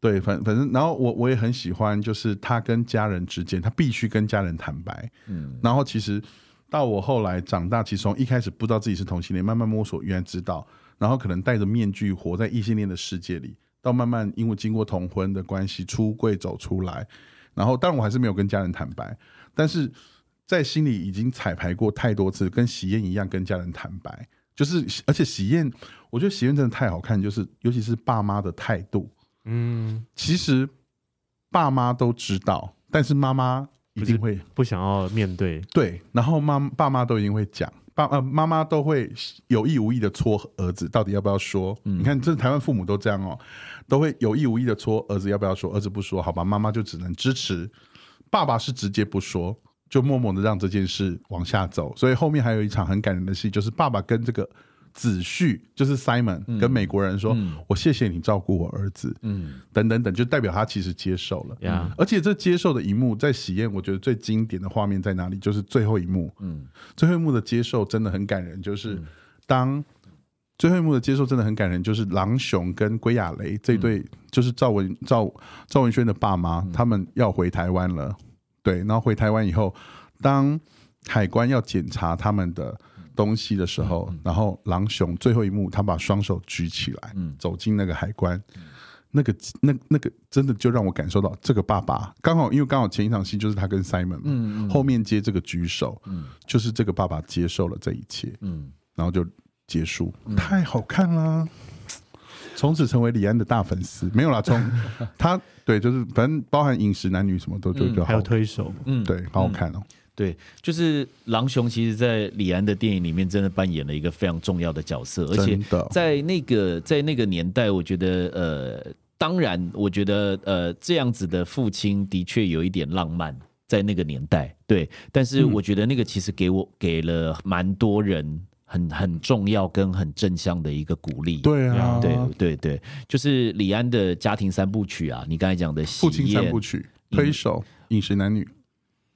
Speaker 2: 对，反反正，然后我我也很喜欢，就是他跟家人之间，他必须跟家人坦白，
Speaker 4: 嗯
Speaker 2: 然后其实到我后来长大，其实从一开始不知道自己是同性恋，慢慢摸索，原来知道，然后可能戴着面具活在异性恋的世界里，到慢慢因为经过同婚的关系出柜走出来，然后当然我还是没有跟家人坦白，但是在心里已经彩排过太多次，跟喜宴一样跟家人坦白，就是而且喜宴，我觉得喜宴真的太好看，就是尤其是爸妈的态度，
Speaker 3: 嗯，
Speaker 2: 其实爸妈都知道，但是妈妈一定会。
Speaker 3: 不想要面对，
Speaker 2: 对，然后妈爸妈都一定会讲，爸呃妈妈都会有意无意的戳儿子到底要不要说。你看，这台湾父母都这样哦，都会有意无意的戳儿子要不要说，儿子不说，好吧，妈妈就只能支持，爸爸是直接不说。就默默的让这件事往下走，所以后面还有一场很感人的戏，就是爸爸跟这个子婿，就是 Simon 跟美国人说：“我谢谢你照顾我儿子，
Speaker 4: 嗯，
Speaker 2: 等等等，就代表他其实接受了。
Speaker 3: 呀
Speaker 2: 而且这接受的一幕，在喜宴，我觉得最经典的画面在哪里？就是最后一幕。
Speaker 4: 嗯
Speaker 2: 嗯，最后一幕的接受真的很感人，就是当最后一幕的接受真的很感人，就是狼雄跟归亚
Speaker 4: 嗯
Speaker 2: 雷这对，就是赵文赵赵文轩的爸妈，他们要回台湾了。对，然后回台湾以后，当海关要检查他们的东西的时候，然后狼熊最后一幕，他把双手举起来，
Speaker 4: 嗯
Speaker 2: 走进那个海关。那个、那、那个，真的就让我感受到这个爸爸刚好，因为刚好前一场戏就是他跟 Simon 嘛，
Speaker 4: 嗯
Speaker 2: 后面接这个举手，
Speaker 4: 嗯
Speaker 2: 就是这个爸爸接受了这一切，
Speaker 4: 嗯，
Speaker 2: 然后就结束，太好看啦！从此成为李安的大粉丝，没有 啦，从他对，就是反正包含饮食男女什么都就就
Speaker 3: 还
Speaker 2: 好
Speaker 3: 有，推手，
Speaker 4: 嗯
Speaker 2: 对，好好看哦。
Speaker 4: 对，就是狼熊，其实，在李安的电影里面，真的扮演了一个非常重要的角色，而且
Speaker 2: 真的
Speaker 4: 在那个在那个年代，我觉得呃，当然，我觉得呃，这样子的父亲的确有一点浪漫。在那个年代，对，但是
Speaker 2: 嗯
Speaker 4: 我觉得那个其实给我给了蛮多人很很重要跟很正向的一个鼓励，
Speaker 2: 对啊，
Speaker 4: 对
Speaker 3: 哦
Speaker 4: 对对，就是李安的家庭三部曲啊，你刚才讲的喜
Speaker 2: 父亲三
Speaker 4: 宴
Speaker 2: 部曲，推手、
Speaker 4: 嗯
Speaker 2: 饮食男女，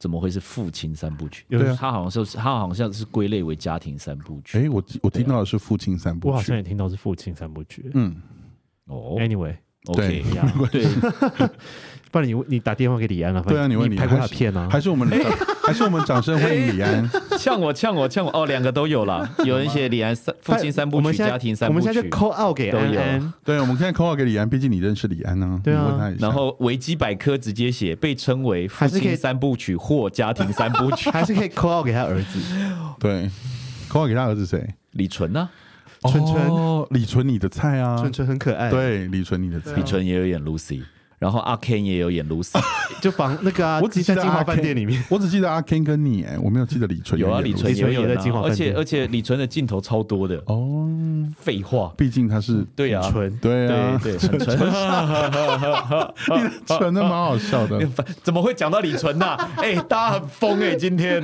Speaker 4: 怎么会是父亲三部曲？
Speaker 3: 对
Speaker 2: 啊
Speaker 4: 他好像是他好像是归类为家庭三部曲。
Speaker 2: 哎，我我
Speaker 4: 啊
Speaker 2: 听到的是父亲三
Speaker 3: 我
Speaker 2: 部
Speaker 3: 好像
Speaker 2: 曲，
Speaker 3: 也听到是父亲三部曲。
Speaker 2: 嗯，
Speaker 4: 哦
Speaker 3: Anyway，
Speaker 4: ，OK，
Speaker 3: 一样
Speaker 4: 对，
Speaker 3: 不然你你打电话给李安了，
Speaker 2: 对啊，你问
Speaker 3: 你拍
Speaker 2: 还
Speaker 3: 过他
Speaker 2: 是
Speaker 3: 的片啊？
Speaker 2: 还是我们掌 还是我们掌声欢迎李 安，
Speaker 4: 呛我呛我呛我哦，两个都有啦。有人写李安三父亲三部
Speaker 3: 我
Speaker 4: 曲，
Speaker 3: 们现在
Speaker 4: 家庭三
Speaker 3: 我
Speaker 4: 部
Speaker 3: 们现在就
Speaker 4: 曲，
Speaker 3: call out 给
Speaker 4: 都
Speaker 3: 安
Speaker 4: 有
Speaker 3: 安，
Speaker 2: 对，我们现在口号给李安，毕竟你认识李安啊，
Speaker 3: 对啊
Speaker 2: 你问他一下，
Speaker 4: 然后维基百科直接写被称为父
Speaker 3: 还是可以。
Speaker 4: 亲三部曲或家庭三部曲
Speaker 3: 还是可以 call out 给他儿 子。
Speaker 2: 对，口号给他儿子谁？
Speaker 4: 李纯呢？
Speaker 3: 嗯春春
Speaker 2: 哦，李纯你的菜啊，
Speaker 3: 春啊春很可爱，，
Speaker 2: 对，李纯你的菜
Speaker 4: 李，纯也有演 Lucy，然后阿 Ken 也有演
Speaker 3: 啊
Speaker 4: Lucy，
Speaker 3: 就仿那个啊，
Speaker 2: 我只记
Speaker 3: 在
Speaker 2: 得
Speaker 3: 金华
Speaker 2: 阿
Speaker 3: 饭
Speaker 2: Ken
Speaker 3: 店里面，
Speaker 2: 我只记得阿 Ken 跟你，哎，我没有记得李纯
Speaker 4: 有啊，
Speaker 2: 演
Speaker 4: 李纯
Speaker 3: 李
Speaker 4: 也
Speaker 3: 纯
Speaker 4: 有
Speaker 3: 有
Speaker 4: 演
Speaker 3: 在金
Speaker 4: 啊，
Speaker 3: 华
Speaker 4: 而
Speaker 3: 饭店
Speaker 4: 且而且李纯的镜头超多的，
Speaker 2: 哦，
Speaker 4: 废话，
Speaker 2: 毕竟他是
Speaker 4: 对啊，
Speaker 3: 纯
Speaker 2: 对
Speaker 4: 对
Speaker 3: 哦
Speaker 2: 啊，
Speaker 4: 对，很纯。
Speaker 2: 纯的蛮好笑 的。
Speaker 3: 哦
Speaker 4: 怎么会讲到李纯呐、哎、大家很疯哎、今天。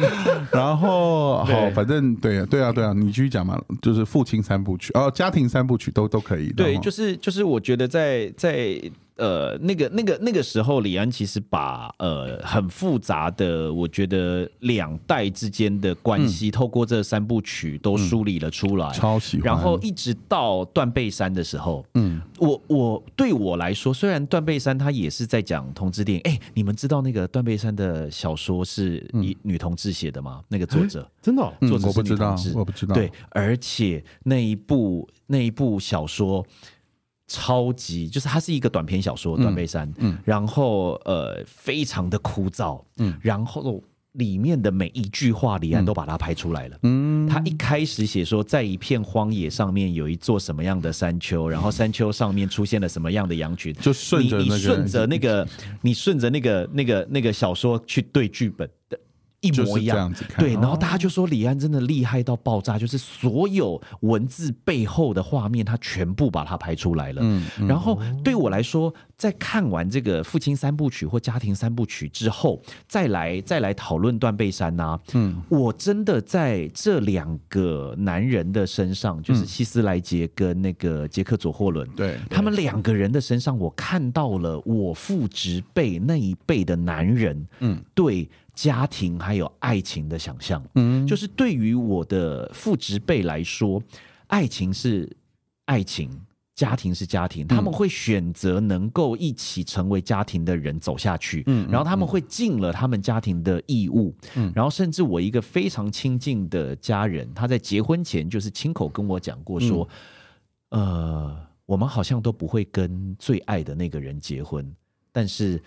Speaker 2: 然后好
Speaker 4: 对，
Speaker 2: 反正对对啊对啊，你继续讲嘛，就是父亲三部曲哦，家庭三部曲都都可以。
Speaker 4: 对，
Speaker 2: 然后
Speaker 4: 就是就是，我觉得在在呃那个那个那个时候，李安其实把呃很复杂的，我觉得两代之间的关系，透过这三部曲都梳理了出来。
Speaker 2: 嗯超喜欢。
Speaker 4: 然后一直到断背山的时候，嗯，我我对我来说，虽然断背山它也是在讲同志电影，哎，你们知道那个断背山的小说是以女同志写的吗？那个作者，
Speaker 3: 真的哦
Speaker 2: 嗯
Speaker 4: 作者
Speaker 2: 我
Speaker 4: 是
Speaker 2: 不
Speaker 4: 女
Speaker 2: 知道
Speaker 4: 同志，
Speaker 2: 我不知道。
Speaker 4: 对，，而且那一部那一部小说超级，就是它是一个短篇小说《短背山》，嗯，然后呃非常的枯燥，嗯，然后。里面的每一句话，李安都把它拍出来了。嗯，他一开始写说，在一片荒野上面有一座什么样的山丘，然后山丘上面出现了什么样的羊群，
Speaker 2: 就顺着
Speaker 4: 你
Speaker 2: 那
Speaker 4: 你
Speaker 2: 个
Speaker 4: 顺着那个你顺着那个那个那个小说去对剧本的一
Speaker 2: 就是
Speaker 4: 模一样
Speaker 2: 这样子看
Speaker 4: 对，然后大家就说李安真的厉害到爆炸，就是所有文字背后的画面，他全部把它拍出来了。然后对我来说，在看完这个《父亲三部曲》或《家庭三部曲》之后，再来再来讨论《断背山》呐，嗯，我真的在这两个男人的身上，就是希斯莱杰跟那个杰克佐霍伦，
Speaker 2: 对
Speaker 4: 他们两个人的身上，我看到了我父执辈那一辈的男人，嗯，对家庭还有爱情的想象，嗯，就是对于我的父执辈来说，爱情是爱情。家庭是家庭，他们会选择能够一起成为家庭的人走下去，嗯，然后他们会尽了他们家庭的义务，嗯，然后甚至我一个非常亲近的家人，他在结婚前就是亲口跟我讲过说，呃，我们好像都不会跟最爱的那个人结婚，但是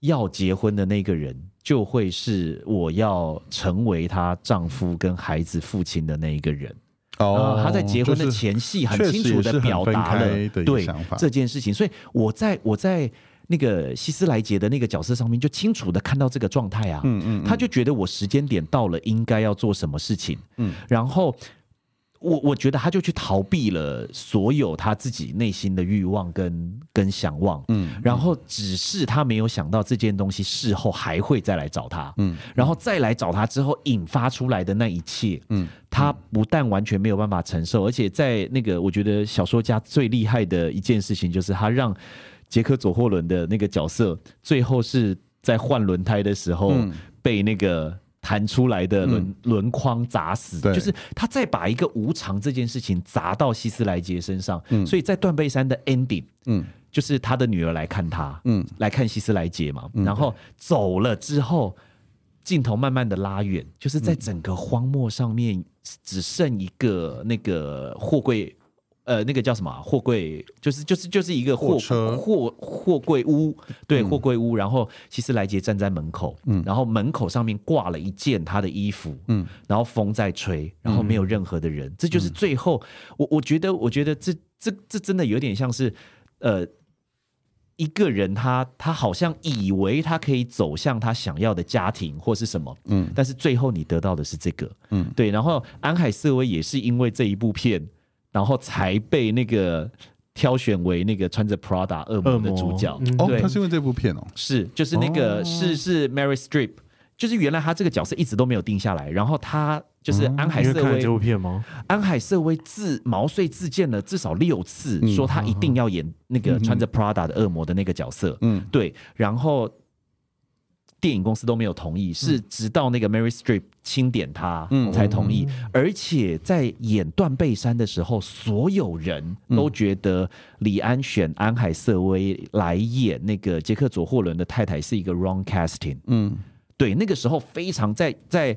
Speaker 4: 要结婚的那个人就会是我要成为她丈夫跟孩子父亲的那一个人。
Speaker 2: 哦
Speaker 4: 呃，，她在结婚的
Speaker 2: 就是
Speaker 4: 前戏很
Speaker 2: 确
Speaker 4: 清
Speaker 2: 实
Speaker 4: 楚
Speaker 2: 也
Speaker 4: 的
Speaker 2: 是很
Speaker 4: 表
Speaker 2: 分
Speaker 4: 达
Speaker 2: 开
Speaker 4: 了
Speaker 2: 的一个
Speaker 4: 对
Speaker 2: 想法
Speaker 4: 这件事情，所以我在我在。那个希斯莱杰的那个角色上面，就清楚的看到这个状态啊，嗯嗯，他就觉得我时间点到了，应该要做什么事情，嗯，然后我我觉得他就去逃避了所有他自己内心的欲望跟跟想望，嗯，然后只是他没有想到这件东西事后还会再来找他，嗯，然后再来找他之后引发出来的那一切，嗯，他不但完全没有办法承受，而且在那个我觉得小说家最厉害的一件事情就是他让杰克佐霍伦的那个角色最后是在换轮胎的时候被那个。弹出来的轮轮框砸死，
Speaker 2: 对
Speaker 4: 就是他再把一个无常这件事情砸到希斯莱杰身上，所以在断背山的 ending，嗯，就是他的女儿来看他，
Speaker 2: 嗯
Speaker 4: 来看希斯莱杰嘛，
Speaker 2: 嗯
Speaker 4: 然后走了之后，镜头慢慢的拉远，就是在整个荒漠上面只剩一个那个货柜。呃，那个叫什么啊、货柜就是就是就是一个货
Speaker 2: 货车嗯
Speaker 4: 货货柜屋，对，货柜屋。然后希斯莱杰站在门口，嗯，然后门口上面挂了一件他的衣服，
Speaker 2: 嗯嗯
Speaker 4: 嗯，然后风在吹，然后没有任何的人，这就是最后我我觉得，我觉得这这这真的有点像是，呃，一个人他他好像以为他可以走向他想要的家庭或是什么，嗯，但是最后你得到的是这个，嗯，对。然后安海瑟薇也是因为这一部片，然后才被那个挑选为那个穿着 Prada 恶魔的
Speaker 3: 恶魔
Speaker 4: 主角，
Speaker 3: 嗯
Speaker 2: 哦，
Speaker 4: 对
Speaker 2: 他是因为这部片哦，
Speaker 4: 是，就是那个、
Speaker 2: 哦
Speaker 4: 是是 Mary Strip，就是原来他这个角色一直都没有定下来，然后他就是安海
Speaker 3: 你有
Speaker 4: 瑟
Speaker 3: 看了
Speaker 4: 薇
Speaker 3: 这部片吗？
Speaker 4: 安海瑟薇自毛遂自荐了至少六次，
Speaker 2: 嗯
Speaker 4: 说她一定要演那个穿着 Prada 的恶魔的那个角色。
Speaker 2: 嗯
Speaker 4: 对，然后电影公司都没有同意，是直到那个 Mary Strip 钦点她
Speaker 2: 嗯
Speaker 4: 才同意。而且在演《断背山》的时候，所有人
Speaker 2: 嗯
Speaker 4: 都觉得李安选安海瑟薇来演那个杰克·佐霍伦的太太是一个 wrong casting。
Speaker 2: 嗯
Speaker 4: 对，那个时候非常在在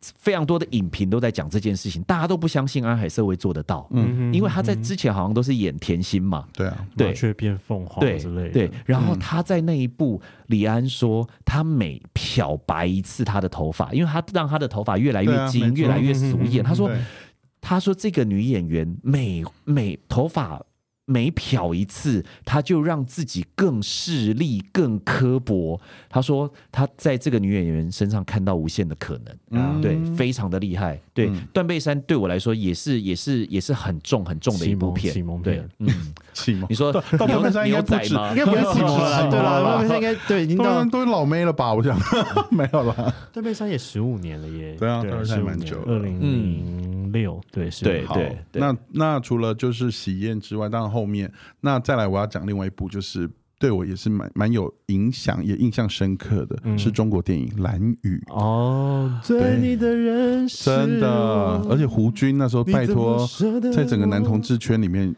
Speaker 4: 非常多的影评都在讲这件事情，大家都不相信安海瑟薇做得到，
Speaker 3: 嗯
Speaker 4: 因为他在之前好像都是演甜心嘛，
Speaker 2: 对啊，
Speaker 4: 对
Speaker 3: 麻雀变凤凰
Speaker 4: 对
Speaker 3: 之类的，嗯
Speaker 4: 对，然后他在那一部，李安说他每漂白一次他的头发，因为他让他的头发越来
Speaker 2: 对
Speaker 4: 越
Speaker 2: 啊
Speaker 4: 金，
Speaker 2: 没错
Speaker 4: 越来越俗
Speaker 3: 嗯
Speaker 4: 艳，他说
Speaker 2: 对
Speaker 4: 他说这个女演员每每头发每漂一次，她就让自己更势利、更刻薄。他说他在这个女演员身上看到无限的可能，
Speaker 2: 嗯
Speaker 4: 对，非常的厉害。对，
Speaker 2: 嗯
Speaker 4: 断背山》对我来说也是也是也是很重很重的一部片。
Speaker 3: 启蒙启蒙
Speaker 4: 对
Speaker 3: 片，
Speaker 4: 嗯，
Speaker 2: 启蒙
Speaker 4: 你，说
Speaker 2: 到断背山应
Speaker 4: 牛
Speaker 2: 该不
Speaker 4: 仔
Speaker 2: 止
Speaker 4: 吗
Speaker 3: 应？该不是启蒙 了啦，对啦，断背山应该对已经
Speaker 2: 当
Speaker 3: 到
Speaker 2: 然都是老妹了吧？我想没有了，
Speaker 3: 断背山也十五年了耶，
Speaker 2: 对啊断背山
Speaker 3: 十五
Speaker 2: 蛮
Speaker 3: 年
Speaker 2: 久，
Speaker 3: 二
Speaker 2: 了
Speaker 3: 零零六，对，是
Speaker 4: 对
Speaker 2: 好
Speaker 4: 对对
Speaker 2: 那那除了就是喜宴之外，当然后面那再来我要讲另外一部，就是对我也是蛮蛮有影响，也印象深刻的、
Speaker 3: 嗯
Speaker 2: 是中国电影《蓝雨》。
Speaker 3: 哦，追你的人是
Speaker 2: 真的，而且胡军那时候拜托，在整个男同志圈里面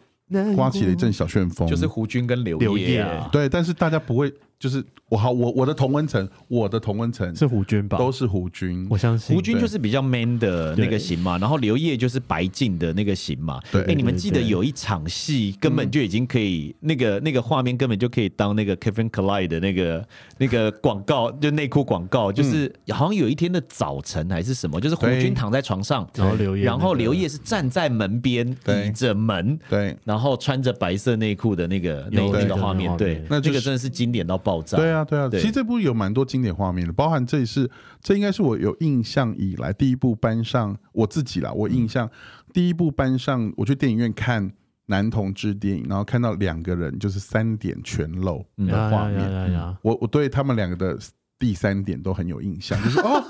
Speaker 2: 刮起了一阵小旋风，
Speaker 4: 就是胡军跟刘
Speaker 3: 刘
Speaker 4: 烨
Speaker 3: 烨
Speaker 4: 啊，
Speaker 3: 啊，
Speaker 2: 对，但是大家不会，就是我好，我我的同温层，我的同温层
Speaker 3: 是胡军吧？
Speaker 2: 都是胡军
Speaker 3: 我，相信
Speaker 4: 胡军就是比较 man 的那个型嘛，然后刘烨就是白净的那个型嘛。
Speaker 2: 对
Speaker 4: 哎，你们
Speaker 3: 对
Speaker 4: 记得
Speaker 3: 对
Speaker 4: 有一场戏根本就已经可以，那个那个画面根本就可以当那个 Kevin Kline 的那个那个广告，就内裤广告，就是好像有一天的早晨还是什么，就是胡
Speaker 2: 对
Speaker 4: 军躺在床上，
Speaker 3: 然后刘烨
Speaker 4: 然后
Speaker 3: 那个
Speaker 4: 刘烨是站在门边
Speaker 2: 对
Speaker 4: 倚着门。
Speaker 2: 对
Speaker 4: 然后穿着白色内裤的那个那
Speaker 3: 有
Speaker 4: 那
Speaker 3: 对
Speaker 4: 个画面，
Speaker 3: 有
Speaker 4: 对，
Speaker 2: 那
Speaker 4: 那
Speaker 2: 就是
Speaker 4: 个真的是经典到爆炸。
Speaker 2: 对啊，对啊，
Speaker 4: 对
Speaker 2: 其实这部有蛮多经典画面的，包含这一次，这应该是我有印象以来第一部搬上我自己啦，我印象、第一部搬上我去电影院看男同志电影，然后看到两个人就是三点全露的
Speaker 3: 呀
Speaker 2: 画
Speaker 3: 呀
Speaker 2: 面，
Speaker 3: 啊呀呀呀，
Speaker 2: 我我对他们两个的第三点都很有印象，就是 哦，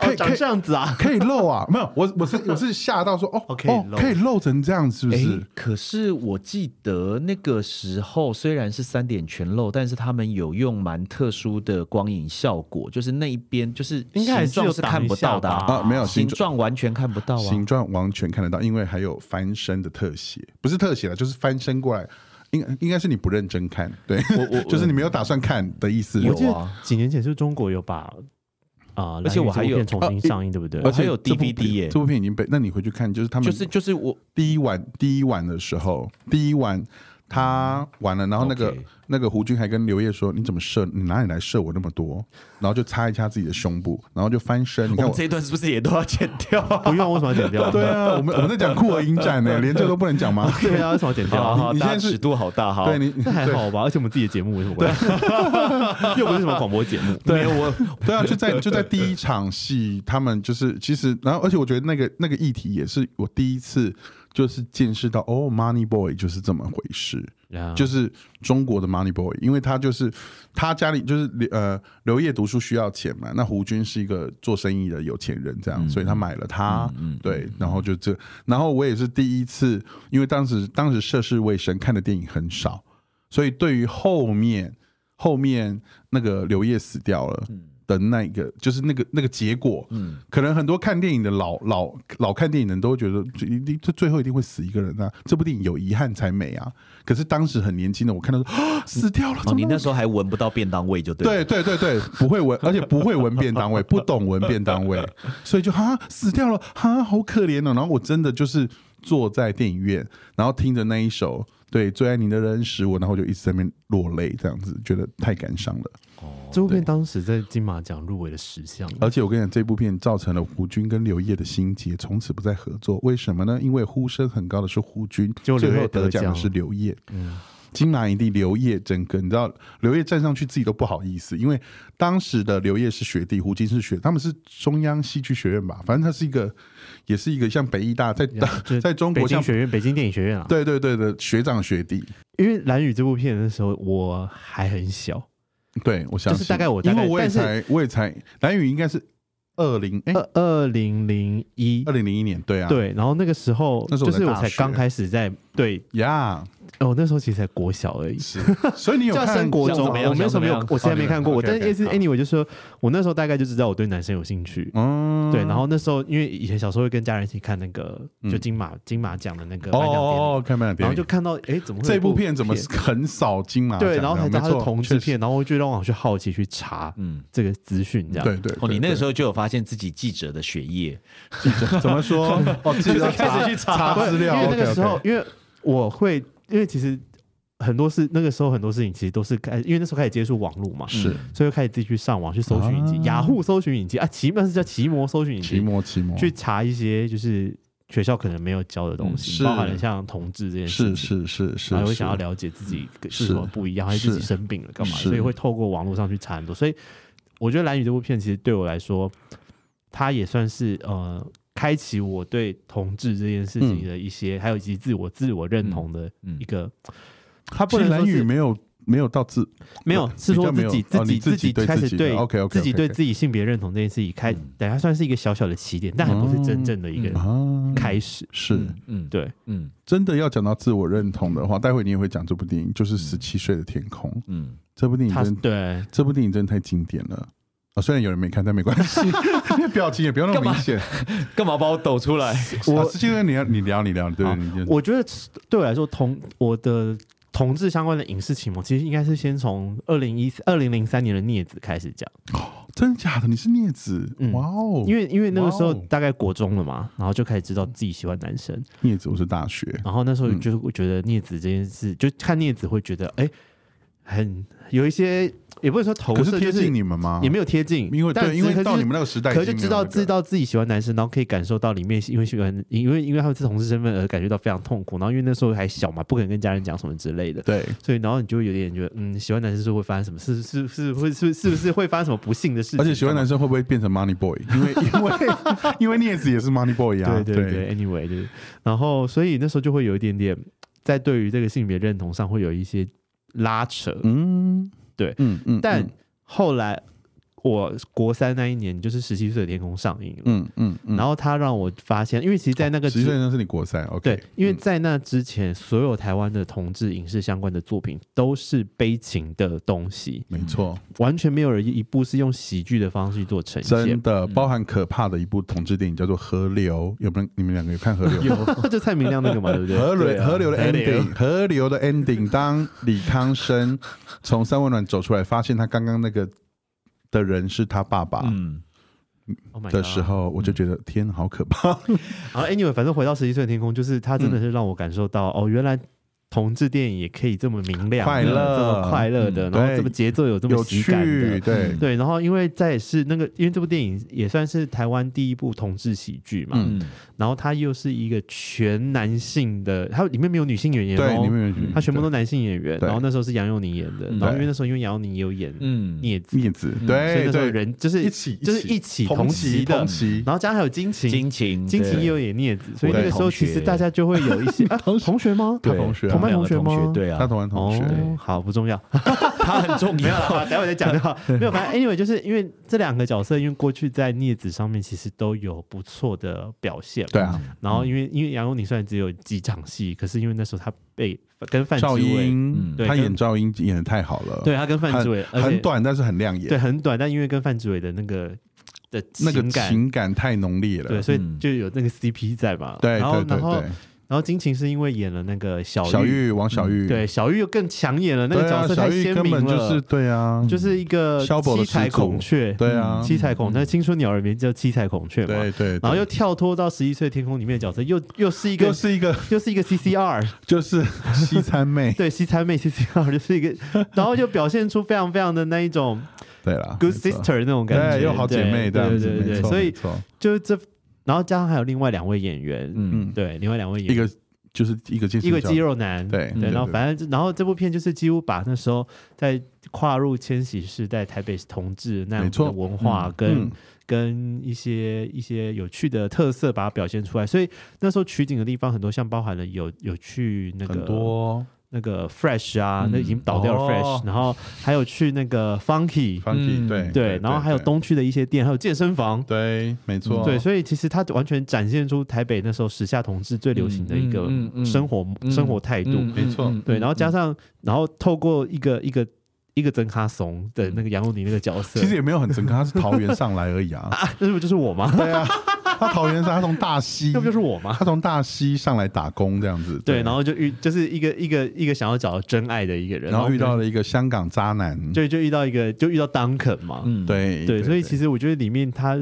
Speaker 2: 可以
Speaker 3: 长
Speaker 2: 可以
Speaker 3: 这样子啊，
Speaker 2: 可以露啊，没有，我我是我是吓到说哦
Speaker 3: 哦可以
Speaker 2: 哦
Speaker 3: 露
Speaker 2: 可以露成这样，是不
Speaker 4: 哎，
Speaker 2: 是？
Speaker 4: 可是我记得那个时候虽然是三点全露，但是他们有用蛮特殊的光影效果，就是那一边就是
Speaker 3: 应该还
Speaker 4: 形
Speaker 3: 是有
Speaker 4: 状是看不到的
Speaker 3: 挡一下吧
Speaker 2: 啊没有
Speaker 4: 形
Speaker 2: 形状
Speaker 4: 状完全看不到啊。
Speaker 2: 形状完全看得到，因为还有翻身的特写，不是特写了，就是翻身过来，应应该是你不认真看，对，
Speaker 4: 我我
Speaker 2: 就是你没有打算看的意思。
Speaker 4: 有
Speaker 3: 我记得
Speaker 4: 啊
Speaker 3: 几年前是中国有把啊，
Speaker 4: 而且我还有
Speaker 3: 蓝雨这部片重新上映，对不对？
Speaker 4: 而且还有
Speaker 2: 这部
Speaker 4: DVD 耶
Speaker 2: 这部片已经被，那你回去看，就是他们
Speaker 4: 就是就是我
Speaker 2: 第一晚第一晚的时候，第一晚他完了，然后那个
Speaker 4: OK
Speaker 2: 那个胡军还跟刘烨说：“你怎么射？你哪里来射我那么多？”然后就擦一下自己的胸部，然后就翻身。你
Speaker 4: 我
Speaker 2: 看
Speaker 4: 们
Speaker 2: 我
Speaker 4: 这一段是不是也都要剪 掉啊？
Speaker 3: 不用为什么要剪掉？
Speaker 2: 对啊，我们我们在讲酷儿影展呢，连这都不能讲吗？
Speaker 3: 对啊，为什么要剪
Speaker 4: 好
Speaker 3: 掉？
Speaker 4: 好，
Speaker 2: 你
Speaker 4: 大
Speaker 2: 现在
Speaker 4: 家
Speaker 2: 是
Speaker 4: 尺度好大哈。
Speaker 2: 对你
Speaker 3: 那还好吧，而且我们自己的节目为什么不要？ 又不是什么广播节目，
Speaker 4: 没有 我
Speaker 2: 对啊，就在就在第一场戏，他们就是其实，然后而且我觉得那个那个议题也是我第一次就是见识到，哦，Money Boy 就是这么回事，
Speaker 3: 嗯
Speaker 2: 就是中国的 Money Boy，因为他就是他家里就是呃刘烨读书需要钱嘛，那胡军是一个做生意的有钱人，这样，所以他买了他，对，然后就这，然后我也是第一次，因为当时当时涉世未深，看的电影很少，所以对于后面。后面那个刘烨死掉了，的那个，就是那个那个结果。
Speaker 4: 嗯，
Speaker 2: 可能很多看电影的老老老看电影的人都会觉得，这一定这最后一定会死一个人啊！这部电影有遗憾才美啊！可是当时很年轻的我看到说， 啊死掉了，
Speaker 4: 哦，
Speaker 2: 怎么
Speaker 4: 你
Speaker 2: 那
Speaker 4: 那
Speaker 2: 么
Speaker 4: 时候还闻不到便当味就对了。
Speaker 2: 对对对对，不会闻，而且不会闻便 当味，不懂闻便当味，所以就哈死掉了，哈好可怜哦。然后我真的就是坐在电影院，然后听着那一首对《最爱你的人使我》，然后我就一直在那边落泪，这样子觉得太感伤了。
Speaker 3: 这部片当时在金马奖入围了十项，
Speaker 2: 而且我跟你讲，这部片造成了胡军跟刘烨的心结，从此不再合作。为什么呢？因为呼声很高的是胡军，
Speaker 3: 就刘
Speaker 2: 最
Speaker 3: 烨
Speaker 2: 后得
Speaker 3: 得奖嗯
Speaker 2: 奖的是刘烨。金马影帝刘烨，整个你知道，刘烨站上去自己都不好意思，因为当时的刘烨是学弟，胡金是学，他们是中央戏剧学院吧，反正他是一个，也是一个像北艺大在
Speaker 3: 就
Speaker 2: 在中
Speaker 3: 北
Speaker 2: 国
Speaker 3: 京
Speaker 2: 像
Speaker 3: 学院、北京电影学院啊。
Speaker 2: 对对对的学长学弟，
Speaker 3: 因为《蓝宇》这部片的时候，我还很小，
Speaker 2: 对我相
Speaker 3: 就是
Speaker 2: 信，
Speaker 3: 大概我大
Speaker 2: 因
Speaker 3: 概
Speaker 2: 为我也
Speaker 3: 但是
Speaker 2: 才我也才蓝宇应该是二零哎
Speaker 3: 二二零零一
Speaker 2: 二零零一年对啊
Speaker 3: 对，然后那个时候
Speaker 2: 那时候
Speaker 3: 就
Speaker 2: 我在
Speaker 3: 是我
Speaker 2: 大
Speaker 3: 才
Speaker 2: 学
Speaker 3: 刚开始在对，
Speaker 2: 呀。
Speaker 3: 哦，那时候其实才国小而已，
Speaker 2: 是，所以你有
Speaker 3: 叫
Speaker 2: 看
Speaker 3: 升国中，
Speaker 4: 像
Speaker 3: 我
Speaker 4: 怎么样
Speaker 3: 没有什么
Speaker 4: 像怎么
Speaker 3: 有
Speaker 4: 样，
Speaker 3: 我现在没
Speaker 2: 好
Speaker 3: 看过，我
Speaker 2: OK，OK，
Speaker 3: 但是
Speaker 2: 好
Speaker 3: anyway 就是说我那时候大概就知道我对男生有兴趣，
Speaker 2: 嗯，
Speaker 3: 对，然后那时候因为以前小时候会跟家人一起看那个就金马金马奖的那个
Speaker 2: 哦
Speaker 3: 颁奖典礼，
Speaker 2: 哦哦，看漫
Speaker 3: 然
Speaker 2: 电
Speaker 3: 后
Speaker 2: 影
Speaker 3: 就，看到哎怎么会有
Speaker 2: 这部
Speaker 3: 部
Speaker 2: 片怎么很少金马奖
Speaker 3: 对，
Speaker 2: 的？
Speaker 3: 然后才知道它
Speaker 2: 没
Speaker 3: 是
Speaker 2: 错
Speaker 3: 同
Speaker 2: 确实
Speaker 3: 志片，然后就让我去好奇去查
Speaker 4: 嗯，
Speaker 3: 这个资讯这样，
Speaker 2: 对对，
Speaker 4: 哦，你那个时
Speaker 2: 候
Speaker 4: 候就有发现自己记者的血液，
Speaker 2: 怎么说？哦，自己要
Speaker 4: 开
Speaker 2: 查
Speaker 4: 始去查
Speaker 2: 查资料
Speaker 3: 因为
Speaker 2: OK，OK，
Speaker 3: 那个时候，因为我会，因为其实很多事，那个时候很多事情其实都是开，因为那时候开始接触网络嘛，
Speaker 2: 是
Speaker 3: 所以会开始自己去上网去搜寻影集，
Speaker 2: 啊
Speaker 3: 雅虎搜寻影集啊，奇那是叫奇摩搜寻影
Speaker 2: 奇
Speaker 3: 集，
Speaker 2: 摩奇摩，
Speaker 3: 嗯去查一些就是学校可能没有教的东
Speaker 2: 嗯
Speaker 3: 西，
Speaker 2: 是
Speaker 3: 包含了像同志这件事
Speaker 2: 是是
Speaker 3: 情。
Speaker 2: 是是，
Speaker 3: 还会想要
Speaker 2: 是
Speaker 3: 了解自己
Speaker 2: 是
Speaker 3: 是什么不一样，还是自己生病了干嘛，
Speaker 2: 是
Speaker 3: 所以会透过网络上去查很多。所以我觉得《蓝宇》这部片其实对我来说，它也算是呃，开启我对同志这件事情
Speaker 2: 嗯
Speaker 3: 的一些，还有以及自我自我认同的
Speaker 4: 嗯
Speaker 3: 一个。它不
Speaker 2: 其实
Speaker 3: 能
Speaker 2: 蓝
Speaker 3: 说
Speaker 2: 宇
Speaker 3: 是
Speaker 2: 没有没有到字，
Speaker 3: 没有，是说
Speaker 2: 比较没
Speaker 3: 自己
Speaker 2: 有
Speaker 3: 自
Speaker 2: 哦你
Speaker 3: 己
Speaker 2: 自己
Speaker 3: 己
Speaker 2: 对
Speaker 3: 开
Speaker 2: 自
Speaker 3: 始
Speaker 2: 己的哦
Speaker 3: 对
Speaker 2: OK，OK，OK，OK
Speaker 3: 自己对自己性别认同这件事情开
Speaker 4: 嗯，
Speaker 3: 等它算是一个小小的起点，但还
Speaker 2: 嗯
Speaker 3: 不是真正的一个
Speaker 2: 啊，
Speaker 3: 开始。
Speaker 2: 是。
Speaker 4: 嗯，
Speaker 3: 对，
Speaker 4: 嗯
Speaker 2: 真的要讲到自我认同的话，待会你也会讲这部电影，就是《十七岁的天空》
Speaker 4: 嗯，
Speaker 2: 这部电影
Speaker 3: 它
Speaker 2: 真
Speaker 3: 对
Speaker 2: 这部电影真的太经典了啊、虽然有人没看，但没关 系，你的表情也不要那么明显。
Speaker 4: 干嘛把我抖出来？
Speaker 2: 我是因为你要你聊你聊，对
Speaker 3: 好
Speaker 2: 你就
Speaker 3: 我觉得对我来说，同我的同志相关的影视启蒙，其实应该是先从二零一二零零三年的《镊子》开始讲，
Speaker 2: 真的假的？你是镊子？
Speaker 3: 嗯
Speaker 2: 哇哦！
Speaker 3: 因为因为那个时候
Speaker 2: 哇哦嗯
Speaker 3: 大概国中了嘛，然后就开始知道自己喜欢男生，
Speaker 2: 镊子我是大学，
Speaker 3: 然后那时
Speaker 2: 嗯
Speaker 3: 候就是我觉得《镊子》这件事，就看《镊子》会觉得哎、很有一些也不是说投
Speaker 2: 可
Speaker 3: 射，
Speaker 2: 是贴
Speaker 3: 就是
Speaker 2: 近你们吗？
Speaker 3: 也没有贴近，
Speaker 2: 啊因为
Speaker 3: 但
Speaker 2: 对，
Speaker 3: 只
Speaker 2: 因
Speaker 3: 可
Speaker 2: 为
Speaker 3: 是
Speaker 2: 到你们那个时代已
Speaker 3: 可
Speaker 2: 经
Speaker 3: 是
Speaker 2: 没有那个，
Speaker 3: 就知道知道自己喜欢男生，然后可以感受到里面因为喜欢，因为因为他们是同志身份而感觉到非常痛苦，然后因为那时候还小嘛，不可能跟家人讲什么之类的，
Speaker 2: 对，
Speaker 3: 所以然后你就会有点觉得，嗯，喜欢男生是不是会发生什么，是是是会是是不是会发生什么不幸的事情？
Speaker 2: 而且喜欢男生会不会变成 Money Boy？因为 因为因为镊子也是 Money Boy 啊，
Speaker 3: 对对对 a n y w a y 对。然后所以那时候就会有一点点在对于这个性别认同上会有一些拉扯，
Speaker 2: 嗯，
Speaker 3: 对
Speaker 2: 嗯嗯，
Speaker 3: 但后来我国三那一年就是十七岁的天空上映了，
Speaker 2: 嗯嗯嗯，
Speaker 3: 然后他让我发现，因为其实，在那个
Speaker 2: 哦实际
Speaker 3: 之
Speaker 2: 上是你国三，OK，
Speaker 3: 对，因为在那之前，所有台湾的同志影视相关的作品都是悲情的东西，
Speaker 2: 没错，
Speaker 3: 完全没有人一部是用喜剧的方式去做呈现
Speaker 2: 真。的包含可怕的一部同志电影叫做《河流》，有没有？你们两个有看《河流》吗？
Speaker 3: 就蔡明亮那个嘛，对不对？
Speaker 2: 河
Speaker 3: 对
Speaker 2: 流
Speaker 3: 啊
Speaker 2: 河流的
Speaker 3: 河流
Speaker 2: ending，河流的 ending，当李康生从三温暖走出来，发现他刚刚那个的人是他爸爸
Speaker 4: 嗯，
Speaker 3: Oh my
Speaker 2: 的时
Speaker 3: god 嗯
Speaker 2: 候，我就觉得天，好可怕！
Speaker 3: 然后 anyway，反正回到十七岁的天空，就是他
Speaker 2: 嗯
Speaker 3: 真的是让我感受到、哦，原来同志电影也可以这么明亮、
Speaker 2: 快乐
Speaker 3: 这么快乐
Speaker 2: 嗯
Speaker 3: 的，然后
Speaker 2: 对
Speaker 3: 这么节奏有这么
Speaker 2: 有
Speaker 3: 喜感
Speaker 2: 趣，
Speaker 3: 的。嗯
Speaker 2: 对，
Speaker 3: 对，然后因为在是那个，因为这部电影也算是台湾第一部同志喜剧嘛，
Speaker 2: 嗯，
Speaker 3: 然后它又是一个全男性的，它里面没有女性演员
Speaker 2: 对，你
Speaker 3: 哦，
Speaker 2: 们有
Speaker 3: 它全部都男性演员。
Speaker 2: 对
Speaker 3: 然后那时候是杨佑宁演的，
Speaker 4: 嗯
Speaker 3: 然后因为那时候因为杨佑宁也有演
Speaker 4: 嗯，
Speaker 3: 孽子，
Speaker 2: 逆子，
Speaker 3: 所以
Speaker 2: 对
Speaker 3: 那时候
Speaker 2: 哎对，
Speaker 3: 人就是
Speaker 2: 一起
Speaker 3: 就是一起
Speaker 2: 同
Speaker 3: 期的嗯
Speaker 2: 同，期，
Speaker 3: 然后加上还有金琴，
Speaker 4: 金情，
Speaker 3: 金
Speaker 4: 对
Speaker 3: 琴也有演孽子，所以那
Speaker 2: 对
Speaker 3: 个时候其实大家就会有一些啊同学吗？
Speaker 2: 他同学啊
Speaker 3: 同班
Speaker 4: 同
Speaker 3: 同学吗
Speaker 4: 学，对
Speaker 2: 大
Speaker 4: 啊，
Speaker 2: 同班同学，
Speaker 3: 哦，好不重要，
Speaker 4: 他很重
Speaker 3: 没有了，
Speaker 4: 要。
Speaker 3: 待会再讲就好。没有，反正 anyway，就是因为这两个角色，因为过去在镊子上面其实都有不错的表现，
Speaker 2: 对。啊，
Speaker 3: 然后因为因为杨佑宁虽然只有几场戏，可是因为那时候他被跟范志
Speaker 2: 赵
Speaker 3: 伟，
Speaker 2: 英
Speaker 4: 嗯，
Speaker 3: 对
Speaker 2: 他
Speaker 3: 跟
Speaker 2: 演赵英演的太好了，
Speaker 3: 对他跟范志伟，而且
Speaker 2: 很短但是很亮眼，
Speaker 3: 对，很短，但因为跟范志伟的那个的
Speaker 2: 那个
Speaker 3: 情感，
Speaker 2: 情感太浓烈了
Speaker 3: 对，，所以
Speaker 4: 嗯
Speaker 3: 就有那个 CP 在嘛。
Speaker 2: 对
Speaker 3: 然后
Speaker 2: 对对
Speaker 3: 然后
Speaker 2: 对，
Speaker 3: 然后金晴是因为演了那个小
Speaker 2: 小
Speaker 3: 玉，
Speaker 2: 玉王小玉，
Speaker 3: 嗯对，小玉又更抢眼了，那
Speaker 2: 对
Speaker 3: 个角
Speaker 2: 啊，
Speaker 3: 色太
Speaker 2: 小玉
Speaker 3: 鲜
Speaker 2: 根
Speaker 3: 明
Speaker 2: 本就
Speaker 3: 了
Speaker 2: 是，对啊，
Speaker 3: 就是一嗯个
Speaker 2: 萧伯的
Speaker 3: 七彩
Speaker 2: 始祖
Speaker 3: 孔雀，
Speaker 2: 对啊，
Speaker 3: 七彩孔，那青春鸟人名叫七彩孔雀嘛。
Speaker 2: 对对，
Speaker 3: 然后
Speaker 2: 对
Speaker 3: 又跳脱到十一岁天空里面的角色，又又是一个
Speaker 2: 又是一个
Speaker 3: 又是一个 CCR，
Speaker 2: 就是西餐妹，
Speaker 3: 对西餐妹 CCR 就是一个，然后就表现出非常非常的那一种
Speaker 2: 对啦
Speaker 3: good
Speaker 2: 没错
Speaker 3: sister 那种感觉，
Speaker 2: 对，有好姐妹这
Speaker 3: 对
Speaker 2: 样
Speaker 3: 对
Speaker 2: 子，
Speaker 3: 对对
Speaker 2: 没
Speaker 3: 对，
Speaker 2: 错，
Speaker 3: 所
Speaker 2: 没
Speaker 3: 以
Speaker 2: 错
Speaker 3: 就是这，然后加上还有另外两位演员，
Speaker 4: 嗯
Speaker 2: 嗯，
Speaker 3: 对，另外两位演
Speaker 2: 一
Speaker 3: 员，
Speaker 2: 个就是一个健
Speaker 3: 一
Speaker 2: 身
Speaker 3: 个
Speaker 2: 教
Speaker 3: 肌肉男，
Speaker 2: 对
Speaker 3: 对，
Speaker 2: 对
Speaker 3: 然后
Speaker 2: 对
Speaker 3: 反正就然后这部片就是几乎把那时候在跨入千禧世代台北同志那样
Speaker 2: 没
Speaker 3: 子
Speaker 2: 错
Speaker 3: 的文化
Speaker 4: 嗯
Speaker 3: 跟、
Speaker 2: 嗯
Speaker 3: 跟一些一些有趣的特色把它表现出来，所以那时候取景的地方很多，像包含了有有去那
Speaker 2: 很
Speaker 3: 个
Speaker 2: 多
Speaker 3: 那个 Fresh 啊，
Speaker 4: 嗯
Speaker 3: 那已经倒掉了
Speaker 4: 哦
Speaker 3: Fresh，、然后还有去那个 Funky，
Speaker 2: funky，
Speaker 4: 嗯
Speaker 2: 对
Speaker 3: 对，然后还有，东区的一些店，还有健身房。
Speaker 2: 对，啊没错，
Speaker 3: 对，所以其实它完全展现出台北那时候时下同志最流行的一个
Speaker 4: 嗯嗯嗯
Speaker 3: 生活、
Speaker 4: 嗯
Speaker 3: 生活态度。
Speaker 2: 没错
Speaker 3: 对，然后加上，然后透过一个一个一个曾哈怂的那个杨佑宁那个角色，
Speaker 2: 其实也没有很正康，他是桃园上来而已 啊，
Speaker 3: 啊，这不就是我 吗？
Speaker 2: 对啊，他桃园上，他从大溪，
Speaker 3: 这不就是我吗？
Speaker 2: 他从大溪上来打工这样子，
Speaker 3: 对，然后就遇就是一个一个一个想要找到真爱的一个人，
Speaker 2: 然后遇到
Speaker 3: 可
Speaker 2: 了一个香港渣男，
Speaker 3: 能对，就遇到一个就遇到 Duncan 嘛，
Speaker 4: 嗯，
Speaker 2: 对
Speaker 3: 对，所以其实我觉得里面他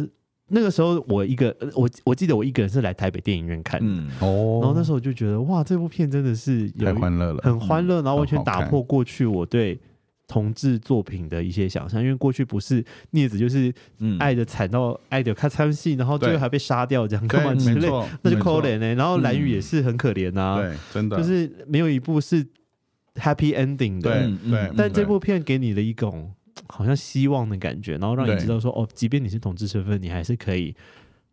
Speaker 3: 那个时候我一个呃我我记得我一个人是来台北电影院看，
Speaker 4: 嗯
Speaker 2: 哦，
Speaker 3: 然后那时候我就觉得哇，这部片真的是有
Speaker 2: 太欢乐了，嗯
Speaker 3: 很欢乐，然后完全
Speaker 2: 很好
Speaker 3: 打
Speaker 2: 看
Speaker 3: 破过去我对同志作品的一些想象，因为过去不是镊子就是
Speaker 4: 嗯，
Speaker 3: 爱的惨到爱的咔嚓戏，然后最后
Speaker 2: 对
Speaker 3: 还被杀掉这样干
Speaker 2: 对，
Speaker 3: 嘛之
Speaker 2: 没
Speaker 3: 类，
Speaker 2: 错，
Speaker 3: 那就
Speaker 2: 没
Speaker 3: 扣
Speaker 2: 错，嗯
Speaker 3: 脸呢。然后蓝宇也是很可怜呐、
Speaker 2: 对，真的
Speaker 3: 就是没有一部是 happy ending 的。
Speaker 2: 对
Speaker 4: 嗯
Speaker 2: 对
Speaker 4: 嗯，
Speaker 3: 但这
Speaker 2: 对
Speaker 3: 部片给你的一种好像希望的感觉，然后让你
Speaker 2: 对
Speaker 3: 知道说哦，即便你是同志身份，你还是可以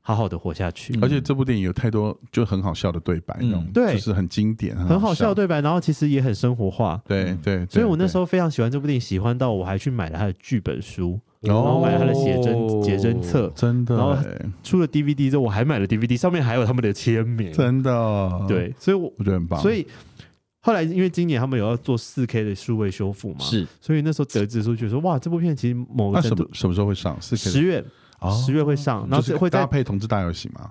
Speaker 3: 好好的活下去。
Speaker 2: 而且这部电影有太多就很好笑的对白，
Speaker 4: 嗯
Speaker 2: 那种
Speaker 3: 对
Speaker 2: 就是很经典，
Speaker 3: 很好
Speaker 2: 好
Speaker 3: 笑的，对白，然后其实也很生活化。
Speaker 2: 对对。
Speaker 3: 所以我那时
Speaker 2: 候
Speaker 3: 候非常喜欢这部电影，喜欢到我还去买了他的剧本书，
Speaker 2: 然
Speaker 3: 然后买了他的
Speaker 4: 鞋
Speaker 3: 写真写真册，
Speaker 2: 哦真的
Speaker 3: 然后
Speaker 2: 欸，
Speaker 3: 出了 DVD 之后，我还买了 DVD，上面还有他们的签名。
Speaker 2: 真的，，
Speaker 3: 对，所以我
Speaker 2: 我觉得很棒。
Speaker 3: 所以后来因为今年他们有要做四 K 的数位修复嘛，，
Speaker 4: 是
Speaker 3: 所以那时候得知的时候觉得说，哇，这部片其实某
Speaker 2: 那啊
Speaker 3: 个程
Speaker 2: 什么
Speaker 3: 度，
Speaker 2: 什么时候会上？是可以
Speaker 3: 十月
Speaker 2: 哦
Speaker 3: 十月会上，然后
Speaker 2: 就是
Speaker 3: 会在
Speaker 2: 搭配同志大游戏吗？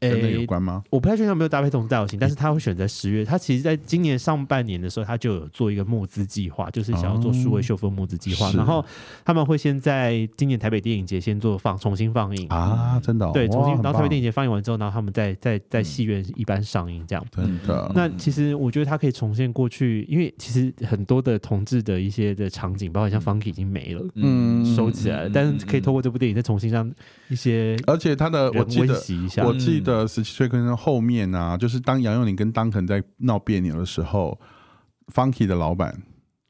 Speaker 2: 跟那有
Speaker 3: 诶，
Speaker 2: 关嗯吗？
Speaker 3: 我不太确定有没有搭配同时代游行，但是他会选择十月，他其实在今年上半年的时候，他就有做一个募资计划，就是想要做数位修复募资计划，
Speaker 2: 哦哦是
Speaker 3: 然后他们会先在今年台北电影节先做放重新放映。
Speaker 2: 啊，真的哦，
Speaker 3: 对，重新，然后台北
Speaker 2: 影
Speaker 3: 电影节放映完之后，然后他们再再
Speaker 2: 嗯
Speaker 3: 在戏院一般上映这样。
Speaker 2: 真的，
Speaker 3: 嗯那其实我觉得它可以重现过去，因为其实很多的同志的一些的场景，包括像 Funky 已经没了，
Speaker 2: 嗯嗯
Speaker 3: 收起来了，但是可以透过这部电影再重新让一些
Speaker 2: 而且他的呃我
Speaker 3: 人嗯
Speaker 2: 记
Speaker 3: 温
Speaker 2: 得。
Speaker 3: 习一下。
Speaker 2: 我记得十七岁跟后面啊，就是当杨佑宁跟当肯在闹别扭的时候，Funky 的老板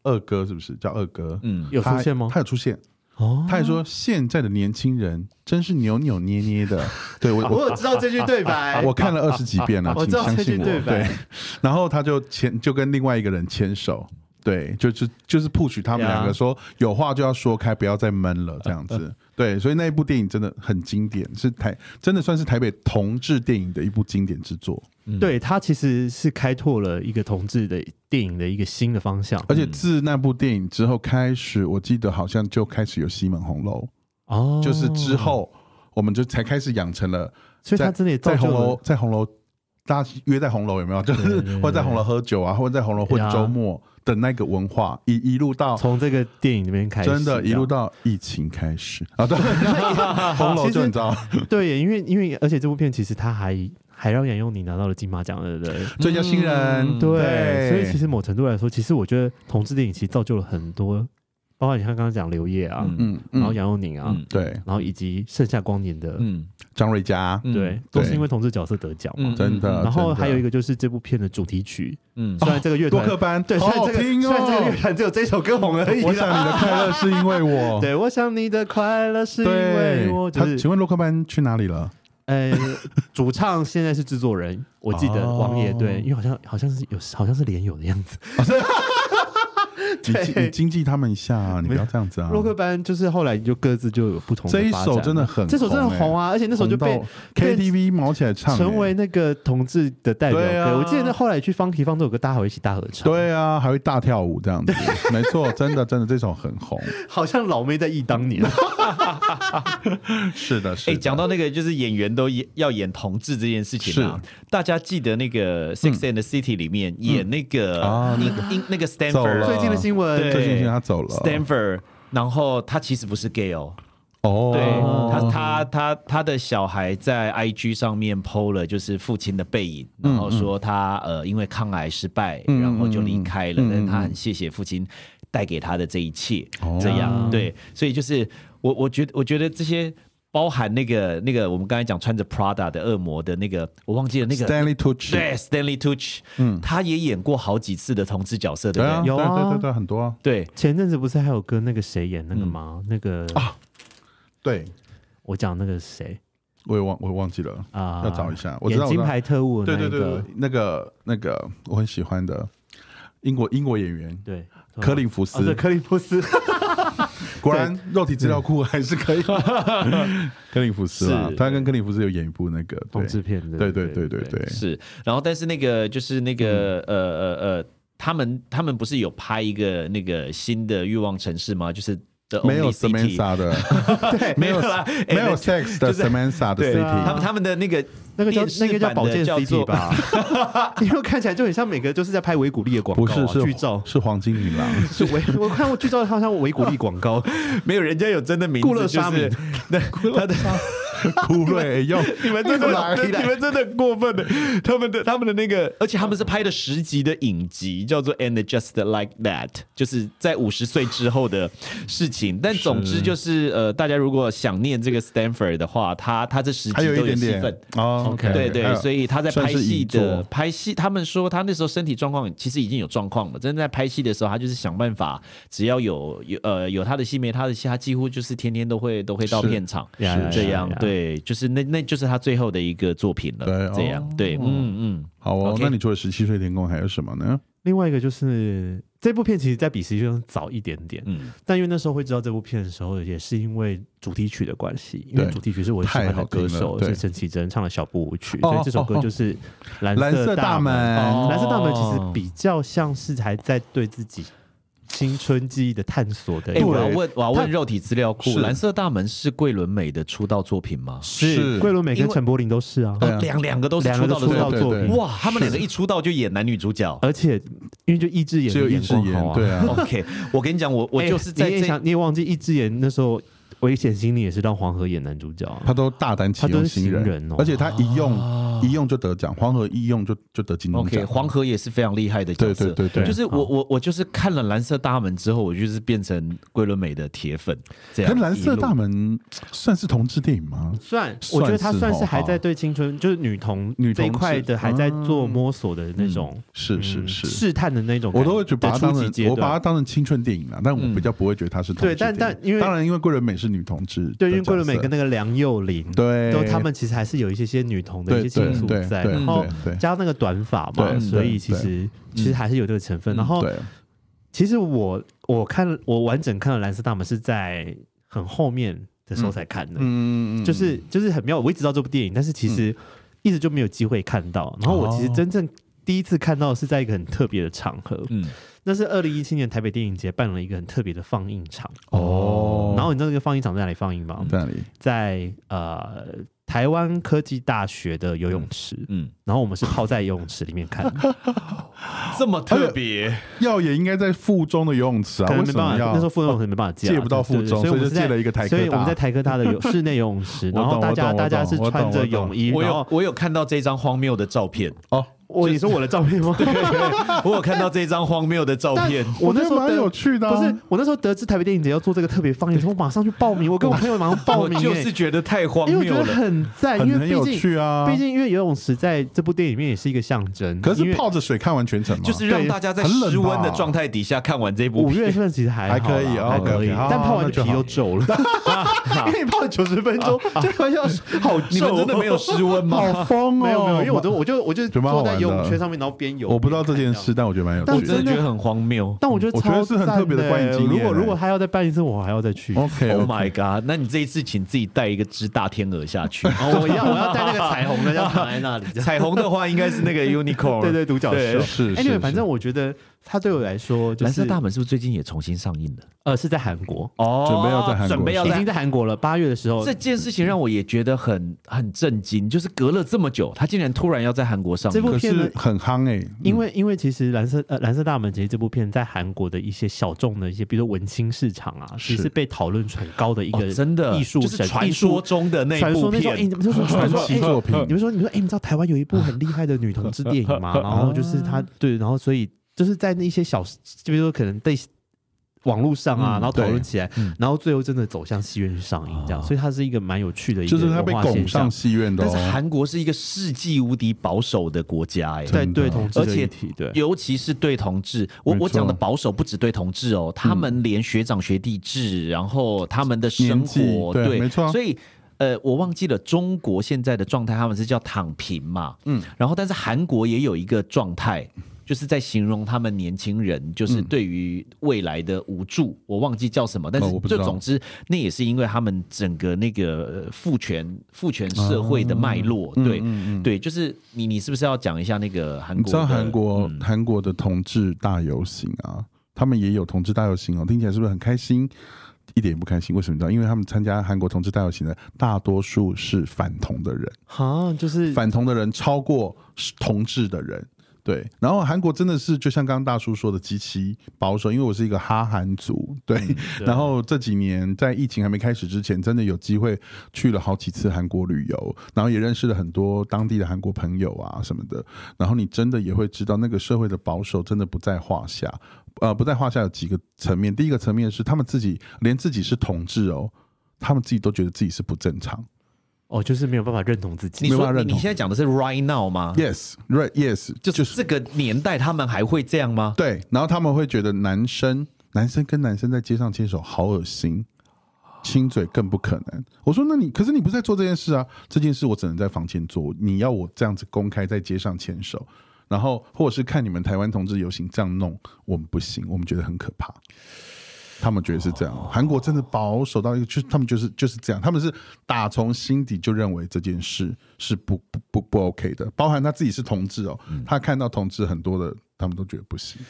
Speaker 2: 二哥是不是叫二哥？
Speaker 4: 嗯
Speaker 3: 有出
Speaker 2: 他
Speaker 3: 现吗？
Speaker 2: 他有出现，
Speaker 3: 哦，
Speaker 2: 他也说现在的年轻人真是扭扭捏捏 的。对我我
Speaker 3: 有知道这句 对 白
Speaker 2: 啊我看了二十几遍了，
Speaker 3: 我
Speaker 2: 请
Speaker 3: 知道
Speaker 2: 相
Speaker 3: 这句
Speaker 2: 信我。
Speaker 3: 对白
Speaker 2: 对， 然后他就牵就跟另外一个人牵手。对，就是就是 push 他们两
Speaker 3: 呀
Speaker 2: 个说有话就要说开，不要再闷了这样 子。对，所以那一部电影真的很经典，是台真的算是台北同志电影的一部经典之作，
Speaker 3: 对他其实是开拓了一个同志的电影的一个新的方向
Speaker 2: 而且自那部电影之后开始，我记得好像就开始有西门红楼，
Speaker 3: 哦，
Speaker 2: 呃就是之，后我们就才开始养成了
Speaker 3: 所以他真的也造
Speaker 2: 在
Speaker 3: 就
Speaker 2: 红
Speaker 3: 了
Speaker 2: 楼，在红楼，大家约在红楼有没有？就
Speaker 3: 对
Speaker 2: 是
Speaker 3: 对对
Speaker 2: 或者在红楼喝酒啊，或者在红楼混周末的那个文化，一一路到
Speaker 3: 从这个电影里面开始，啊
Speaker 2: 真的，一路到疫情开始啊，对， 红楼
Speaker 3: 其实嗯
Speaker 2: 就你知道，
Speaker 3: 对耶，因为因为而且这部片其实他还还让杨佑宁拿到了金马奖，对不对？
Speaker 2: 最佳新人，
Speaker 3: 对，所以其实某程度来说，其实我觉得同志电影其实造就了很多，包括你看刚刚讲刘烨啊，
Speaker 4: 嗯
Speaker 2: 嗯，
Speaker 3: 然后
Speaker 2: 嗯，
Speaker 3: 杨佑宁啊，
Speaker 4: 嗯
Speaker 2: 对，
Speaker 3: 然后以及盛夏光年的，
Speaker 4: 嗯
Speaker 2: 张瑞佳，
Speaker 4: 嗯
Speaker 3: 对，都
Speaker 2: 对
Speaker 3: 是
Speaker 2: 嗯啊
Speaker 3: 因为同志角色得奖嘛。
Speaker 2: 真的，
Speaker 3: 嗯然后还有一
Speaker 2: 个
Speaker 3: 个就是这部片的主题曲，
Speaker 4: 嗯
Speaker 3: 虽然这个乐
Speaker 2: 哦多
Speaker 3: 团
Speaker 2: 克班，
Speaker 3: 对，虽
Speaker 2: 好
Speaker 3: 然
Speaker 2: 好
Speaker 3: 这个、
Speaker 2: 听
Speaker 3: 虽然这个乐
Speaker 2: 哦。
Speaker 3: 团只有这首歌红而已
Speaker 2: 我
Speaker 3: 啦。
Speaker 2: 想你的快乐 是因为我，
Speaker 3: 对，我想你的快乐是因为
Speaker 2: 对
Speaker 3: 我，就
Speaker 2: 他
Speaker 3: 是
Speaker 2: 请问洛克班去哪里了？
Speaker 3: 呃，主唱现在是制作人，我记得
Speaker 2: 哦
Speaker 3: 王爷对，因为好像好像是有好像是连友的样子。
Speaker 2: 你经你经济他们一下、啊，你不要这样子啊。
Speaker 3: 洛克班就是后来就各自就有不同的
Speaker 2: 这一
Speaker 3: 发
Speaker 2: 首
Speaker 3: 展
Speaker 2: 真的
Speaker 3: 了
Speaker 2: 很
Speaker 3: 这首真的
Speaker 2: 红欸
Speaker 3: 红啊，而且那首就被
Speaker 2: 红到 KTV 毛起来唱、欸，
Speaker 3: 成为那个同志的代表
Speaker 2: 对啊
Speaker 3: 歌。我记得那后来去方提方都有个大家伙一起大合唱，，
Speaker 2: 对啊，还会大跳舞这样 子，没错，真的真的这首很红，
Speaker 3: 好像老妹在忆当年。
Speaker 2: 啊是的，是
Speaker 4: 哎、
Speaker 2: 的
Speaker 4: 讲到那个就是演员都演要演同志这件事情啊，大家记得那个《Six and
Speaker 3: 嗯
Speaker 4: the City》里面演那个
Speaker 2: 啊
Speaker 4: 英英那个
Speaker 2: 走
Speaker 4: Stanford
Speaker 2: 了，
Speaker 3: 最近的新闻
Speaker 4: 对
Speaker 2: 最近他走了
Speaker 4: Stanford，然后他其实不是 gay 哦，
Speaker 2: 哦，
Speaker 4: 对、他他他他的小孩在 IG 上面 PO 了就是父亲的背影，然后说他呃因为抗癌失败，
Speaker 2: 嗯
Speaker 4: 然后就离开了，
Speaker 2: 嗯嗯嗯
Speaker 4: 但是他很谢谢父亲带给他的这一切，
Speaker 2: 哦
Speaker 4: 这样对，所以就是我我觉得我觉得这些。包含那个那个，我们刚才讲穿着 Prada 的恶魔的那个，我忘记了那个
Speaker 2: Stanley Tucci，
Speaker 4: 对 Stanley Tucci，嗯，他也演过好几次的同志角色，对
Speaker 2: 对
Speaker 4: 不
Speaker 2: 啊，
Speaker 4: 对？
Speaker 3: 有啊
Speaker 2: 对对对对，很多啊，
Speaker 4: 对，
Speaker 3: 前阵子不是还有跟那个谁演那
Speaker 2: 嗯
Speaker 3: 个吗？那
Speaker 2: 哦
Speaker 3: 个
Speaker 2: 对，
Speaker 3: 我讲那个谁
Speaker 2: 我也忘我也忘记了，
Speaker 3: 啊，
Speaker 2: 要找一下我知
Speaker 3: 演
Speaker 2: 道我知
Speaker 3: 金
Speaker 2: 道
Speaker 3: 牌特务的
Speaker 2: 对
Speaker 3: 那
Speaker 2: 对对，
Speaker 3: 一
Speaker 2: 对
Speaker 3: 个，
Speaker 2: 那个那个我很喜欢的英国英国演员
Speaker 3: 对，
Speaker 2: 科林福斯
Speaker 3: 哦，对科林 福斯，
Speaker 2: 果然肉体资料库还 是可以，科林福斯啊
Speaker 4: 是，
Speaker 2: 他跟科林福斯有演一部那个
Speaker 3: 同
Speaker 2: 对
Speaker 3: 志片的，
Speaker 2: 对对对对对，
Speaker 4: 是，然后但是那个就是那个、呃
Speaker 3: 嗯
Speaker 4: 呃呃，他们他们不是有拍一个那个新的欲望城市吗？就是的
Speaker 2: 没有
Speaker 4: City，
Speaker 2: Samantha 的，
Speaker 4: 对，没有啦，哎
Speaker 2: 没有
Speaker 4: 那
Speaker 2: Sex
Speaker 4: 就
Speaker 2: 的
Speaker 4: 是
Speaker 2: Samantha 的
Speaker 4: 对，他
Speaker 2: City，
Speaker 4: 们他们的那个
Speaker 3: 那个叫
Speaker 4: 电视
Speaker 3: 那个叫
Speaker 4: 版
Speaker 3: 保
Speaker 4: 的
Speaker 3: 健
Speaker 4: 叫
Speaker 3: CT
Speaker 4: 做
Speaker 3: 吧，因为看起来就很像每个就是在拍维古力的广
Speaker 2: 不
Speaker 3: 告啊、
Speaker 2: 是是
Speaker 3: 剧照。
Speaker 2: 是黄金女郎，
Speaker 3: 是维， 我看过剧照，它好像维古力广告，
Speaker 4: 没有人家有真的名
Speaker 3: 顾
Speaker 4: 字，
Speaker 3: 乐
Speaker 4: 就
Speaker 3: 沙
Speaker 4: 是
Speaker 3: 米
Speaker 4: 那他的。
Speaker 2: 酷瑞哎又
Speaker 4: 你们真的
Speaker 2: 又来，了
Speaker 4: 你们真的很过分的，他们的他们的那个，而且他们是拍了十集的影集，叫做《And Just Like That》，就是在五十岁之后的事情。但总之就是，呃，大家如果想念这个 Stanford 的话，他他这十集
Speaker 2: 还有
Speaker 4: 都
Speaker 2: 一
Speaker 4: 有
Speaker 2: 点
Speaker 4: 戏
Speaker 2: 点
Speaker 4: 份。
Speaker 2: 哦
Speaker 3: OK，
Speaker 4: 对对，所
Speaker 2: 以
Speaker 4: 以他在
Speaker 2: 算
Speaker 4: 拍
Speaker 2: 是
Speaker 4: 戏
Speaker 2: 遗作
Speaker 4: 的拍戏，他们说他那时候身体状况其实已经有状况了，真的在拍戏的时候，他就是想办法，只要有有呃有他的戏没他的戏，他几乎就是天天都会都会到
Speaker 2: 是
Speaker 4: 片场，
Speaker 3: 呀呀呀
Speaker 4: 这样
Speaker 3: 呀
Speaker 4: 对，就是那那就是他最后的一个作品了，
Speaker 2: 对哦
Speaker 4: 这样对，嗯嗯，
Speaker 2: 好哦
Speaker 4: OK。
Speaker 2: 那你除了十七岁天空还有什么呢？
Speaker 3: 另外一个就是这部片，其实在比实际上早一点点，
Speaker 4: 嗯
Speaker 3: 但因为那时候会知道这部片的时候，也是因为主题曲的关系，因为
Speaker 2: 对
Speaker 3: 主题曲是我喜欢
Speaker 2: 太
Speaker 3: 的
Speaker 2: 好
Speaker 3: 歌
Speaker 2: 听了
Speaker 3: 手
Speaker 2: 对
Speaker 3: 是陈绮贞唱的小步舞曲，
Speaker 2: 哦
Speaker 3: 所以这首歌就是《蓝
Speaker 2: 蓝
Speaker 3: 色
Speaker 2: 色
Speaker 3: 大
Speaker 2: 大
Speaker 3: 门》
Speaker 2: 门
Speaker 3: 哦蓝色大门其
Speaker 4: 哦
Speaker 3: 实比较像是还在对自己青春记忆的探索的
Speaker 4: 哎，
Speaker 3: 一
Speaker 4: 我
Speaker 3: 个
Speaker 4: 要问我要问肉体资料库，《
Speaker 2: 是
Speaker 4: 蓝色大门》是桂纶镁的出道作品吗？
Speaker 3: 是桂纶镁
Speaker 4: 因
Speaker 3: 跟
Speaker 4: 为
Speaker 3: 陈柏霖都是啊，
Speaker 2: 对啊
Speaker 4: 两两个都是
Speaker 3: 两
Speaker 4: 出
Speaker 3: 个都
Speaker 4: 道的
Speaker 3: 出
Speaker 4: 作
Speaker 3: 道
Speaker 4: 品，
Speaker 2: 对
Speaker 3: 作
Speaker 2: 对
Speaker 3: 品，
Speaker 4: 哇，他们两个一出道就演男女主角。
Speaker 3: 而且因为就一只眼
Speaker 2: 只有
Speaker 3: 的
Speaker 2: 一
Speaker 3: 眼
Speaker 2: 只
Speaker 3: 光好
Speaker 2: 眼，
Speaker 3: 啊，
Speaker 2: 对啊，
Speaker 4: OK，我跟你讲，我我
Speaker 3: 哎
Speaker 4: 就是在
Speaker 3: 你也
Speaker 4: 这
Speaker 3: 想，你也忘记一只眼那时候危险心理也是让黄河演男主角啊，
Speaker 2: 他都大胆启
Speaker 3: 他都
Speaker 2: 用
Speaker 3: 是
Speaker 2: 新
Speaker 3: 新人哦
Speaker 2: 而且他一用一用就得奖，黄河一用就就得金钟
Speaker 4: 啊 OK，
Speaker 2: 奖。
Speaker 4: 黄河也是非常厉害的角
Speaker 2: 对
Speaker 4: 色。
Speaker 2: 对对对，
Speaker 4: 就是我我我就是看了《蓝色大门》之后，我就是变成桂纶镁的铁粉。这样
Speaker 2: 可
Speaker 4: 一路，
Speaker 2: 《蓝色大门》算是同志电影吗？
Speaker 3: 算，
Speaker 2: 算
Speaker 3: 我觉得他
Speaker 2: 是
Speaker 3: 算
Speaker 2: 哦
Speaker 3: 是还
Speaker 2: 哈
Speaker 3: 在对青春，就是女童
Speaker 2: 女
Speaker 3: 这一
Speaker 2: 同
Speaker 3: 块
Speaker 2: 志
Speaker 3: 的还在做摸索的那种，
Speaker 2: 是
Speaker 3: 嗯
Speaker 2: 是是，
Speaker 3: 试探的那种感，
Speaker 2: 我都会觉得把它
Speaker 3: 的初
Speaker 2: 当
Speaker 3: 级阶
Speaker 2: 成我
Speaker 3: 段嗯
Speaker 2: 把它当成青春电影了，但我比较不会觉得它是同志
Speaker 3: 对但
Speaker 2: 电影
Speaker 3: 但因为
Speaker 2: 当然因为桂纶镁是女同志，
Speaker 3: 对，因为桂纶镁跟那个梁又琳，
Speaker 2: 对
Speaker 3: 都他们其实还是有一些些女童的一
Speaker 2: 对
Speaker 3: 些
Speaker 2: 对
Speaker 3: 情愫
Speaker 2: 对
Speaker 3: 在，
Speaker 2: 对
Speaker 3: 然后
Speaker 2: 对对
Speaker 3: 加上那个短发嘛，
Speaker 2: 对
Speaker 3: 所以
Speaker 2: 对
Speaker 3: 其
Speaker 2: 对
Speaker 3: 实其实还是有这个成分。
Speaker 4: 嗯
Speaker 3: 然后
Speaker 2: 对
Speaker 3: 其实我我看我完整看了《蓝色大门》是在很后面的时候才看的，
Speaker 2: 嗯
Speaker 3: 就是就是很妙，我一直知道这部电影，但是其实一直就没有机会看到。然后我其实
Speaker 2: 哦
Speaker 3: 真正第一次看到是在一个很特别的场合，
Speaker 4: 嗯，
Speaker 3: 那是二零一七年台北电影节办了一个很特别的放映场。
Speaker 2: 哦嗯
Speaker 3: 然后你知道那个放映场在哪里放映吗？
Speaker 2: 在那里
Speaker 3: 在呃台湾科技大学的游泳池。
Speaker 4: 嗯，
Speaker 3: 然后我们是泡在游泳池里面看，
Speaker 4: 这么特别，
Speaker 3: 哎
Speaker 2: 耀也应该在附中的游泳池
Speaker 3: 可
Speaker 2: 啊，
Speaker 3: 能
Speaker 2: 为
Speaker 3: 没
Speaker 2: 什
Speaker 3: 办法
Speaker 2: 么，要
Speaker 3: 那时候附中可能没办法借啊，
Speaker 2: 借不到附中
Speaker 3: 对对对所以
Speaker 2: 所
Speaker 3: 我
Speaker 2: 以就
Speaker 3: 们
Speaker 2: 是
Speaker 3: 在
Speaker 2: 借了一个台科
Speaker 3: 所以我们
Speaker 2: 大
Speaker 3: 在台科大的游室内游泳池，
Speaker 2: 懂
Speaker 3: 然后大
Speaker 2: 我
Speaker 3: 家
Speaker 2: 懂
Speaker 3: 大家
Speaker 2: 我
Speaker 3: 是
Speaker 2: 懂我
Speaker 3: 穿
Speaker 2: 懂
Speaker 3: 着
Speaker 2: 我懂
Speaker 3: 泳衣，
Speaker 4: 我
Speaker 3: 然
Speaker 4: 有
Speaker 3: 后
Speaker 4: 我有看到这张荒谬的照片，
Speaker 2: 哦，
Speaker 3: 我你说我的照片吗？
Speaker 4: 我有看到这张荒谬的照片，
Speaker 3: 我那时
Speaker 2: 觉得
Speaker 3: 候
Speaker 2: 蛮
Speaker 3: 得
Speaker 2: 有趣的、啊，
Speaker 3: 不是，我那时候得知台北电影节要做这个特别放映，我马上去报 名，我跟我朋友马上报
Speaker 4: 我
Speaker 3: 名、欸，
Speaker 4: 就是觉得太荒
Speaker 3: 因为我
Speaker 4: 谬
Speaker 3: 觉得
Speaker 4: 了。
Speaker 3: 很赞，因为
Speaker 2: 很很
Speaker 3: 毕
Speaker 2: 有
Speaker 3: 竟
Speaker 2: 趣啊。
Speaker 3: 毕竟因为游泳池在这部电影里面也是一个象征，
Speaker 2: 可
Speaker 3: 因
Speaker 2: 是
Speaker 3: 为
Speaker 2: 泡着水看完全程嘛，
Speaker 4: 就是让
Speaker 3: 对
Speaker 4: 大家在
Speaker 2: 很冷
Speaker 4: 室温的
Speaker 2: 吧
Speaker 4: 状态底下看完这部
Speaker 3: 五
Speaker 4: 片
Speaker 3: 月份其实还好啦
Speaker 2: 还可以哦
Speaker 3: 还可以
Speaker 2: OK，OK，好，
Speaker 3: 但泡完
Speaker 2: 那
Speaker 3: 的
Speaker 2: 就
Speaker 3: 皮
Speaker 2: 好
Speaker 3: 都皱了， 因为你泡了九十分 钟，这个要好皱哦，
Speaker 4: 你们真的 没有室温
Speaker 2: 好
Speaker 4: 吗？
Speaker 2: 疯哦！
Speaker 3: 没有没有，因为我都我就我 就
Speaker 2: 觉得蛮好
Speaker 3: 坐
Speaker 2: 玩的
Speaker 3: 在游泳圈上面，然后边游，
Speaker 2: 我不知道这件
Speaker 3: 边看
Speaker 2: 事，但我觉得蛮有
Speaker 3: 但
Speaker 4: 我
Speaker 2: 趣
Speaker 3: 我
Speaker 2: 的。
Speaker 4: 真
Speaker 3: 真的
Speaker 4: 的觉得很荒谬。
Speaker 3: 这样，但我觉得
Speaker 2: 我觉得是很
Speaker 3: 超赞
Speaker 2: 特别的观影经验
Speaker 3: 如果
Speaker 2: 欸
Speaker 3: 如果他要再办一次，我还要再去。
Speaker 2: OK，
Speaker 4: Oh my god！那你这一次请自己带一个只大天鹅下 去。
Speaker 3: 哦我要我要带那个彩虹的，要躺在那里。这样
Speaker 4: 彩虹的话应该是那个 unicorn，
Speaker 3: 对对，独角
Speaker 4: 对
Speaker 3: 兽
Speaker 2: 是是
Speaker 3: Anyway，
Speaker 2: 是
Speaker 3: 反正我觉得他对我来说就
Speaker 4: 蓝色
Speaker 3: 是
Speaker 4: 大门是不是最近也重新上映了？
Speaker 3: 呃是在韩国，
Speaker 4: 哦
Speaker 2: 准备要在韩国
Speaker 4: 准备要
Speaker 3: 已
Speaker 4: 在
Speaker 3: 经在韩国了。八月的时候
Speaker 4: 这，件事情让我也觉得很很震惊，就是隔了这么久，他竟然突然要在韩国上
Speaker 3: 这
Speaker 4: 映。哦
Speaker 3: 部
Speaker 2: 可
Speaker 3: 片呢
Speaker 2: 是很夯哎、欸，
Speaker 3: 因为因为其实蓝色呃蓝色大门其实这部片在韩国的一些小众的一些，比如说文青市场啊，其实
Speaker 2: 是
Speaker 3: 是被讨论很高的一个
Speaker 4: 哦、真的
Speaker 3: 艺术
Speaker 4: 就是
Speaker 3: 神
Speaker 4: 传
Speaker 3: 艺术
Speaker 4: 说中的那
Speaker 3: 传
Speaker 4: 部
Speaker 3: 说那种，哎、
Speaker 4: 片
Speaker 3: 你，们就说传说
Speaker 2: 传奇作品
Speaker 3: 哎你们说，你们说，哎、你知道台湾有一部很厉害的女同志电影吗？然后就是她，对，然后所以就是在那些小，就比如说可能在网络上啊，
Speaker 2: 嗯
Speaker 3: 然后讨论起来，
Speaker 4: 对嗯
Speaker 3: 然后最后真的走向戏院去上映，这样，
Speaker 4: 啊
Speaker 3: 所以它是一个蛮有趣的一个
Speaker 2: 就是他被
Speaker 3: 文化
Speaker 2: 拱
Speaker 3: 现象
Speaker 2: 上。戏院的、
Speaker 4: 但
Speaker 2: 哦，
Speaker 4: 是韩国是一个世纪无敌保守的国家、哎，
Speaker 3: 对
Speaker 2: 真的
Speaker 3: 对，同志
Speaker 4: 而
Speaker 3: 的
Speaker 4: 且
Speaker 3: 议题，对，
Speaker 4: 尤其是对同志，我
Speaker 2: 没错
Speaker 4: 我讲的保守不止对同志哦，他们连学长学弟制，然后他们的生
Speaker 2: 年纪
Speaker 4: 活，
Speaker 2: 对
Speaker 4: 对，
Speaker 2: 没错啊
Speaker 4: 所以。呃，我忘记了中国现在的状态，他们是叫躺平嘛，嗯，然后但是韩国也有一个状态，就是在形容他们年轻人就是对于未来的无助，我忘记叫什么，但
Speaker 2: 哦我
Speaker 4: 是
Speaker 2: 不知
Speaker 4: 就
Speaker 2: 道
Speaker 4: 总之那也是因为他们整个那个呃父权父权社会的脉
Speaker 2: 哦
Speaker 4: 络，
Speaker 2: 嗯
Speaker 4: 对、对，就是你你是不是要讲一下那个韩
Speaker 2: 你
Speaker 4: 国的？
Speaker 2: 知道韩国
Speaker 3: 嗯
Speaker 2: 韩、国的同志大游行啊，他们也有同志大游行哦，听起来是不是很开心？一点也不开心，为什么？你知道，因为他们参加韩国同志大游行的大多数是反同的人，
Speaker 3: 哈，就是
Speaker 2: 反同的人超过同志的人。对，然后韩国真的是就像刚刚大叔说的极其保守，因为我是一个哈韩族，对。然后这几年在疫情还没开始之前，真的有机会去了好几次韩国旅游，然后也认识了很多当地的韩国朋友啊什么的。然后你真的也会知道，那个社会的保守真的不在话下，呃，不在话下有几个层面。第一个层面是他们自己连自己是同志哦，他们自己都觉得自己是不正常。
Speaker 3: 哦，就是没有办法认同自己
Speaker 4: 你。
Speaker 2: 没有办
Speaker 4: 说
Speaker 2: 法
Speaker 4: 你
Speaker 2: 认
Speaker 4: 你
Speaker 2: 同
Speaker 4: 现在讲的是 right now 吗
Speaker 2: Yes, right, yes，
Speaker 4: 就是这个年代他们还会这样吗？
Speaker 2: 对，然后他们会觉得男生男生跟男生在街上牵手好恶心，亲嘴更不可能。我说那你可是你不是在做这件事啊？这件事我只能在房间做，你要我这样子公开在街上牵手，然后或者是看你们台湾同志游行这样弄，我们不行，我们觉得很可怕。他们觉得是这
Speaker 4: 哦
Speaker 2: 样，韩国真的保守到一个，就是他们就是就是这样，他们是打从心底就认为这件事是不不不不 OK 的，包含他自己是同志哦，
Speaker 4: 嗯
Speaker 2: 他看到同志很多的，他们都觉得不行。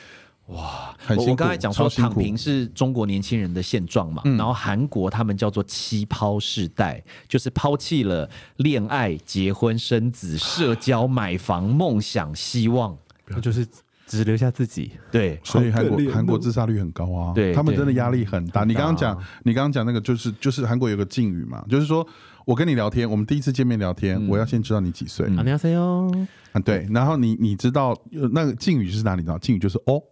Speaker 2: 哇，很
Speaker 4: 我
Speaker 2: 辛苦，
Speaker 4: 我刚才讲说
Speaker 2: 超辛
Speaker 4: 躺
Speaker 2: 苦嗯
Speaker 4: 平是中国年轻人的现状嘛，然后韩国他们叫做弃抛世代，就是抛弃了恋爱、结婚、生 子、社交、买房、梦想、希望。
Speaker 3: 那就是只留下自己，
Speaker 4: 对，
Speaker 2: 所以韩
Speaker 3: 好可怜
Speaker 2: 国
Speaker 3: 哦
Speaker 2: 韩国自杀率很高啊，
Speaker 4: 对
Speaker 2: 他们
Speaker 4: 对
Speaker 2: 真的压力很大。你刚刚讲，你刚刚讲那个就是就是韩国有个敬语嘛，就是说我跟你聊天，我们第一次见面聊天，我要先知道你几岁
Speaker 4: 嗯
Speaker 3: 안녕하세요。
Speaker 2: 啊，对，然后你你知道呃那个敬语是哪里呢？敬语就是哦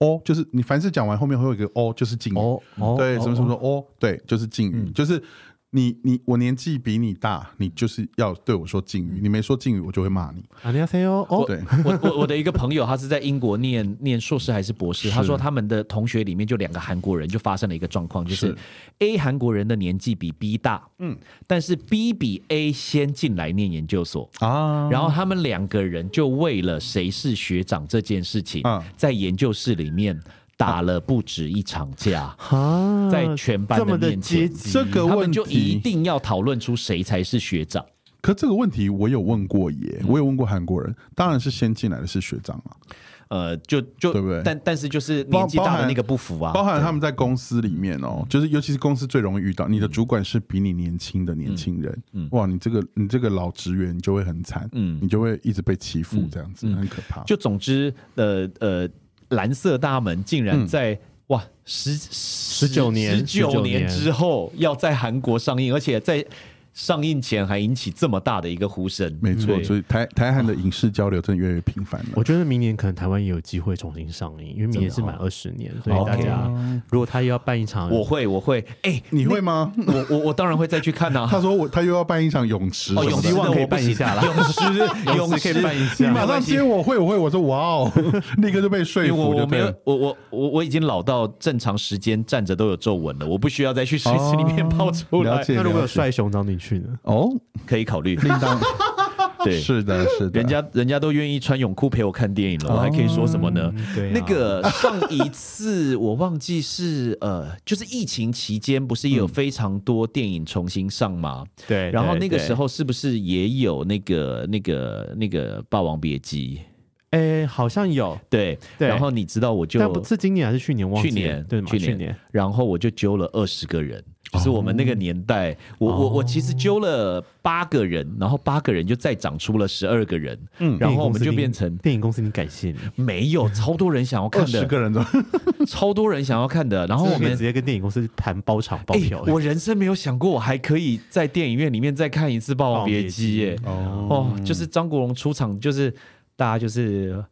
Speaker 2: 哦，就是你凡是讲完后面会有一个哦，就是敬语，
Speaker 3: 哦哦，
Speaker 2: 对，
Speaker 3: 哦
Speaker 2: 什么什么什么哦，对，就是敬语，就是。你你我年纪比你大，你就是要对我说敬语，你没说敬语，我就会骂你。
Speaker 3: 안녕하세요。哦，
Speaker 2: 对，
Speaker 4: 我我我的一个朋友，他是在英国念念硕士还是博士，他说他们的同学里面就两个韩国人就发生了一个状况，就是
Speaker 2: 是
Speaker 4: A 韩国人的年纪比 B 大，嗯，但是 B 比 A 先进来念研究所。
Speaker 2: 啊，
Speaker 4: 然后他们两个人就为了谁是学长这件事情
Speaker 2: 嗯，
Speaker 4: 在研究室里面打了不止一场架，
Speaker 2: 啊
Speaker 3: 哈，
Speaker 4: 在全班
Speaker 3: 这么的
Speaker 4: 面
Speaker 3: 阶
Speaker 4: 前，
Speaker 3: 级，
Speaker 2: 这个
Speaker 4: 他
Speaker 2: 问
Speaker 4: 们
Speaker 2: 题
Speaker 4: 就一定要讨论出谁才是学长。
Speaker 2: 可这个问题我有问过耶，
Speaker 4: 嗯
Speaker 2: 我有问过韩国人，当然是先进来的是学长啊，
Speaker 4: 呃，就就
Speaker 2: 对不对
Speaker 4: 但但是就是
Speaker 2: 包
Speaker 4: 年纪大
Speaker 2: 包
Speaker 4: 的
Speaker 2: 含
Speaker 4: 那个不服啊，
Speaker 2: 包含他们在公司里面哦，就是尤其是公司最容易遇
Speaker 4: 嗯
Speaker 2: 到，你的主管是比你年轻的年轻人，哇，你这个你这个老职员你就会很惨，
Speaker 4: 嗯
Speaker 2: 你就会一直被欺负这样子，很可怕。
Speaker 4: 就总之，呃呃，蓝色大门竟然在、哇十十
Speaker 3: 19年
Speaker 4: 十九
Speaker 3: 19
Speaker 4: 年
Speaker 3: 年
Speaker 4: 之后要在韩国上映，而且在上映前还引起这么大的一个呼声。
Speaker 2: 没错，
Speaker 4: 对
Speaker 2: 所以台台韩的影视交流真的越来越频繁了
Speaker 3: 我。觉得明年可能台湾也有机会重新上映，因为明年是满二十年，所以大家如果他又要办一场，
Speaker 4: 我会，我会，哎、
Speaker 2: 你 会吗？
Speaker 4: 我我我当然会再去看呐、
Speaker 2: 他说我他又要办一场泳池什
Speaker 4: 哦
Speaker 2: 么的，
Speaker 4: 泳池
Speaker 3: 希望可以办一下啦，
Speaker 4: 泳池，
Speaker 3: 泳
Speaker 4: 泳
Speaker 3: 池
Speaker 4: 池
Speaker 3: 可以办一
Speaker 2: 你
Speaker 3: 下。
Speaker 2: 马上接我会我会，我说哇哦， 立刻就被说
Speaker 4: 因为我
Speaker 2: 服
Speaker 4: 我
Speaker 2: 就
Speaker 4: 没
Speaker 2: 对
Speaker 4: 有
Speaker 2: 了。
Speaker 4: 我我我我已经老到正常时间站着都有皱纹了，我不需要再去水池里面 泡出来，
Speaker 2: 了解，
Speaker 3: 那如果有
Speaker 2: 了解
Speaker 3: 帅熊找你去呢？
Speaker 2: 哦，
Speaker 4: 可以考虑。
Speaker 2: 叮当，
Speaker 4: 对，
Speaker 2: 哦是的，是的，
Speaker 4: 人家人家都愿意穿泳裤陪我看电影了，我还可以说什么呢？
Speaker 3: 哦对啊
Speaker 4: 嗯那个上一次我忘记是呃，就是疫情期间不是也有非常多电影重新上吗？
Speaker 3: 对
Speaker 4: 然后那个时，候是不是也有那个那个那个《霸王别姬》？
Speaker 3: 哎，好像有，
Speaker 4: 对，
Speaker 3: 对
Speaker 4: 然后你知道我就
Speaker 3: 但不是今年还是去年忘记
Speaker 4: 去
Speaker 3: 了？
Speaker 4: 年
Speaker 3: 对吗？
Speaker 4: 去
Speaker 3: 去
Speaker 4: 年
Speaker 3: 年
Speaker 4: 然后我就揪了二十个人，就是我们
Speaker 3: 哦
Speaker 4: 那个年代，我我我其实揪了八个人，然后八个人就再长出了十二个人，嗯，然后我们就变成
Speaker 3: 电影公司，你感谢你，
Speaker 4: 没有超多人想要
Speaker 2: 二
Speaker 4: 看
Speaker 2: 十
Speaker 4: 的，
Speaker 2: 个人的，
Speaker 4: 超多人想要看的，然后
Speaker 3: 然
Speaker 4: 我
Speaker 3: 后我们直
Speaker 4: 们。
Speaker 3: 接跟电影公司谈包场包
Speaker 4: 哎、
Speaker 3: 票。
Speaker 4: 我人生没有想过我还可以在电影院里面再看一次《霸王别姬》耶！
Speaker 3: 嗯
Speaker 2: 哦，
Speaker 4: 哦，就是张国荣出场，就是大家就是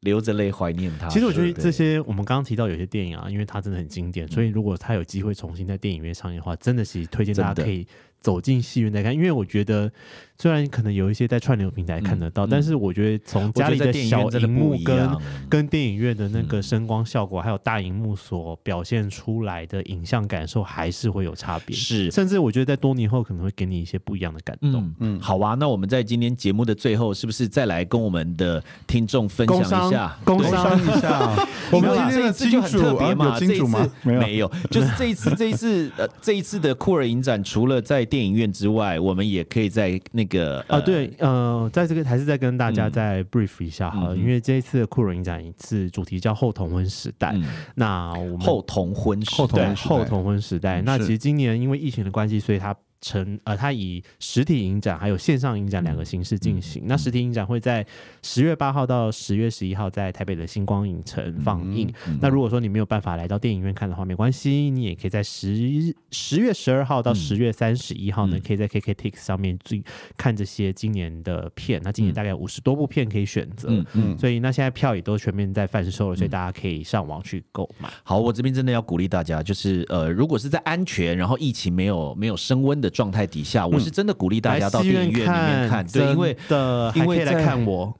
Speaker 4: 流着泪怀念他。
Speaker 3: 其实我觉得
Speaker 4: 啊对嗯
Speaker 3: 这些我们刚刚提到有些电影啊，因为它真的很经典，所以如果它有机会重新在电影院上映的话，真的是推荐大
Speaker 4: 真
Speaker 3: 家
Speaker 4: 的
Speaker 3: 可以走进戏院再看。因为我觉得虽然可能有一些在串流平台看得
Speaker 4: 嗯
Speaker 3: 到，
Speaker 4: 嗯
Speaker 3: 但是我觉得从
Speaker 4: 我觉
Speaker 3: 家
Speaker 4: 得
Speaker 3: 里
Speaker 4: 在电影
Speaker 3: 小
Speaker 4: 院真的
Speaker 3: 荧
Speaker 4: 不
Speaker 3: 幕
Speaker 4: 一
Speaker 3: 跟
Speaker 4: 样。嗯
Speaker 3: 跟电影院的那个声光效果，还有大荧幕所表现出来的影像感受，还是会有差别。
Speaker 4: 是
Speaker 3: 甚至我觉得在多年后可能会给你一些不一样的感动。
Speaker 4: 嗯 嗯，好啊，那我们在今天节目的最后，是不是再来跟我们的听众分享一下？
Speaker 3: 工
Speaker 4: 对
Speaker 3: 商
Speaker 2: 商一下，
Speaker 4: 哦
Speaker 2: 我们
Speaker 4: 没有啦
Speaker 2: 今天的
Speaker 4: 这一次就
Speaker 2: 金
Speaker 4: 很
Speaker 2: 主
Speaker 4: 特
Speaker 2: 啊
Speaker 4: 别嘛，
Speaker 2: 有金主吗？
Speaker 4: 这一次
Speaker 2: 有，
Speaker 4: 没有，就是这一 次，这一次，呃，这一次的酷儿影展，除了在电影院之外，我们也可以在那个
Speaker 3: 啊，，对，呃，在这个还是再跟大家再 brief 一下好了，
Speaker 4: 嗯嗯嗯
Speaker 3: 因为这一次的酷人影展是主题叫后同婚时代，
Speaker 4: 嗯
Speaker 3: 那我们
Speaker 4: 后同婚时代
Speaker 2: 后同
Speaker 3: 对
Speaker 2: 婚时代
Speaker 3: 后同婚时代，
Speaker 2: 嗯
Speaker 3: 那
Speaker 2: 是
Speaker 3: 其实今年因为疫情的关系，所以它成呃，它以实体影展还有线上影展两个形式进
Speaker 2: 嗯
Speaker 3: 行。那实体影展会在十月八号到十月十一号在台北的星光影城放映。
Speaker 2: 嗯
Speaker 3: 那如果说你没有办法来到电影院看的话，没关系，你也可以在十十月十二号
Speaker 2: 嗯
Speaker 3: 到十月三十一号呢，
Speaker 4: 嗯
Speaker 3: 可以在 KKTix 上面最看这些今年的片。那今
Speaker 2: 嗯
Speaker 3: 年大概五十多部片可以选择。
Speaker 4: 嗯嗯，
Speaker 3: 所以那现在票也都全面在贩售
Speaker 2: 嗯
Speaker 3: 了，所以大家可以上网去购买。
Speaker 4: 好，我这边真的要鼓励大家，就是呃，如果是在安全，然后疫情没有没有升温的状态底下，我
Speaker 2: 嗯
Speaker 4: 是真的鼓励大家到电影院里面看，对，因为
Speaker 3: 的
Speaker 4: 因
Speaker 3: 还可
Speaker 4: 为
Speaker 3: 以来
Speaker 4: 在
Speaker 3: 看我，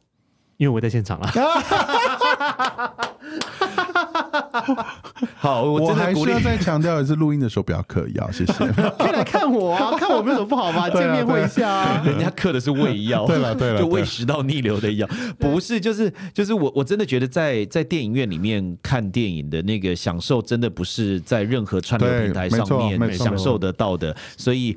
Speaker 3: 因为我在现场了。
Speaker 4: 好，我
Speaker 2: 我
Speaker 4: 真
Speaker 2: 还
Speaker 4: 的鼓
Speaker 2: 是
Speaker 4: 励
Speaker 2: 要再强调一次，录音的时候不要嗑药，谢谢。
Speaker 3: 可以来看我 啊，看我没有什么不好吧？
Speaker 2: 对
Speaker 3: 见
Speaker 2: 啊
Speaker 3: 面会一下啊。
Speaker 4: 人家嗑的是胃药，
Speaker 2: 对了对了
Speaker 4: 就
Speaker 2: 对
Speaker 4: 胃
Speaker 2: 了
Speaker 4: 食道逆流的药，不是，就是就是我我真的觉得在在电影院里面看电影的那个享受，真的不是在任何串流
Speaker 2: 对
Speaker 4: 平台
Speaker 2: 没
Speaker 4: 上
Speaker 2: 错没
Speaker 4: 面
Speaker 2: 错
Speaker 4: 享受得到的，所以。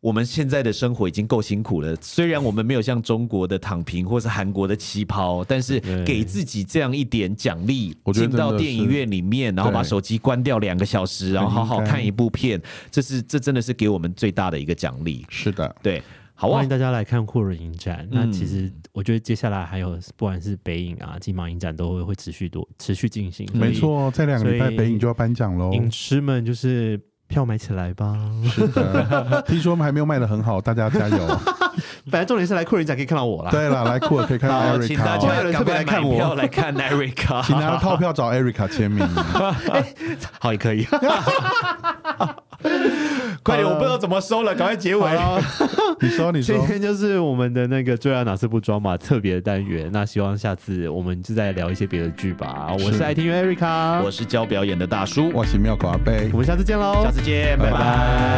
Speaker 4: 我们现在的生活已经够辛苦了，虽然我们没有像中国的躺平或是韩国的旗袍，但是
Speaker 3: 对
Speaker 4: 给自己这样一点奖励
Speaker 2: 我，觉得
Speaker 4: 进
Speaker 2: 真的
Speaker 4: 到电影
Speaker 2: 是
Speaker 4: 院里面，然后把
Speaker 2: 对
Speaker 4: 手机关掉两个小时，然后好好
Speaker 2: 很应该
Speaker 4: 看一部片，这是这真的是给我们最大的一个奖励。
Speaker 2: 是的，
Speaker 4: 对，好啊
Speaker 3: 欢迎，大家来看酷人影展。那
Speaker 4: 嗯
Speaker 3: 其实我觉得接下来还有，不管是北影啊、金马影展，都会会持续多持续进行。
Speaker 2: 没，错，在两个礼拜
Speaker 3: 所以
Speaker 2: 北影就要颁奖喽。
Speaker 3: 影痴们就是票买起来吧。
Speaker 2: 是的，听说我们还没有卖的很好，大家加油。
Speaker 3: 反正重点是来酷人影展可以看到我啦。
Speaker 2: 对了，来酷尔可以看到
Speaker 4: 好，请大
Speaker 2: Erica，
Speaker 4: 家
Speaker 2: 哦
Speaker 4: 赶快买
Speaker 3: 特别来看我
Speaker 4: 票来 看 Erica，
Speaker 2: 请拿套票找 Erica 签名。
Speaker 4: 好也可以。快点，我不知道怎么收了，赶快结尾。
Speaker 2: 你说，你
Speaker 3: 今
Speaker 2: 说，
Speaker 3: 天就是我们的那个最爱哪次不装嘛特别的单元，那希望下次我们就再聊一些别的剧吧。我是
Speaker 2: 是
Speaker 3: 爱听员 Erica，
Speaker 4: 我是教表演的大叔，
Speaker 2: 我是妙口阿贝
Speaker 3: 我。们下次见喽，
Speaker 4: 下次见，拜
Speaker 2: 拜
Speaker 4: 拜。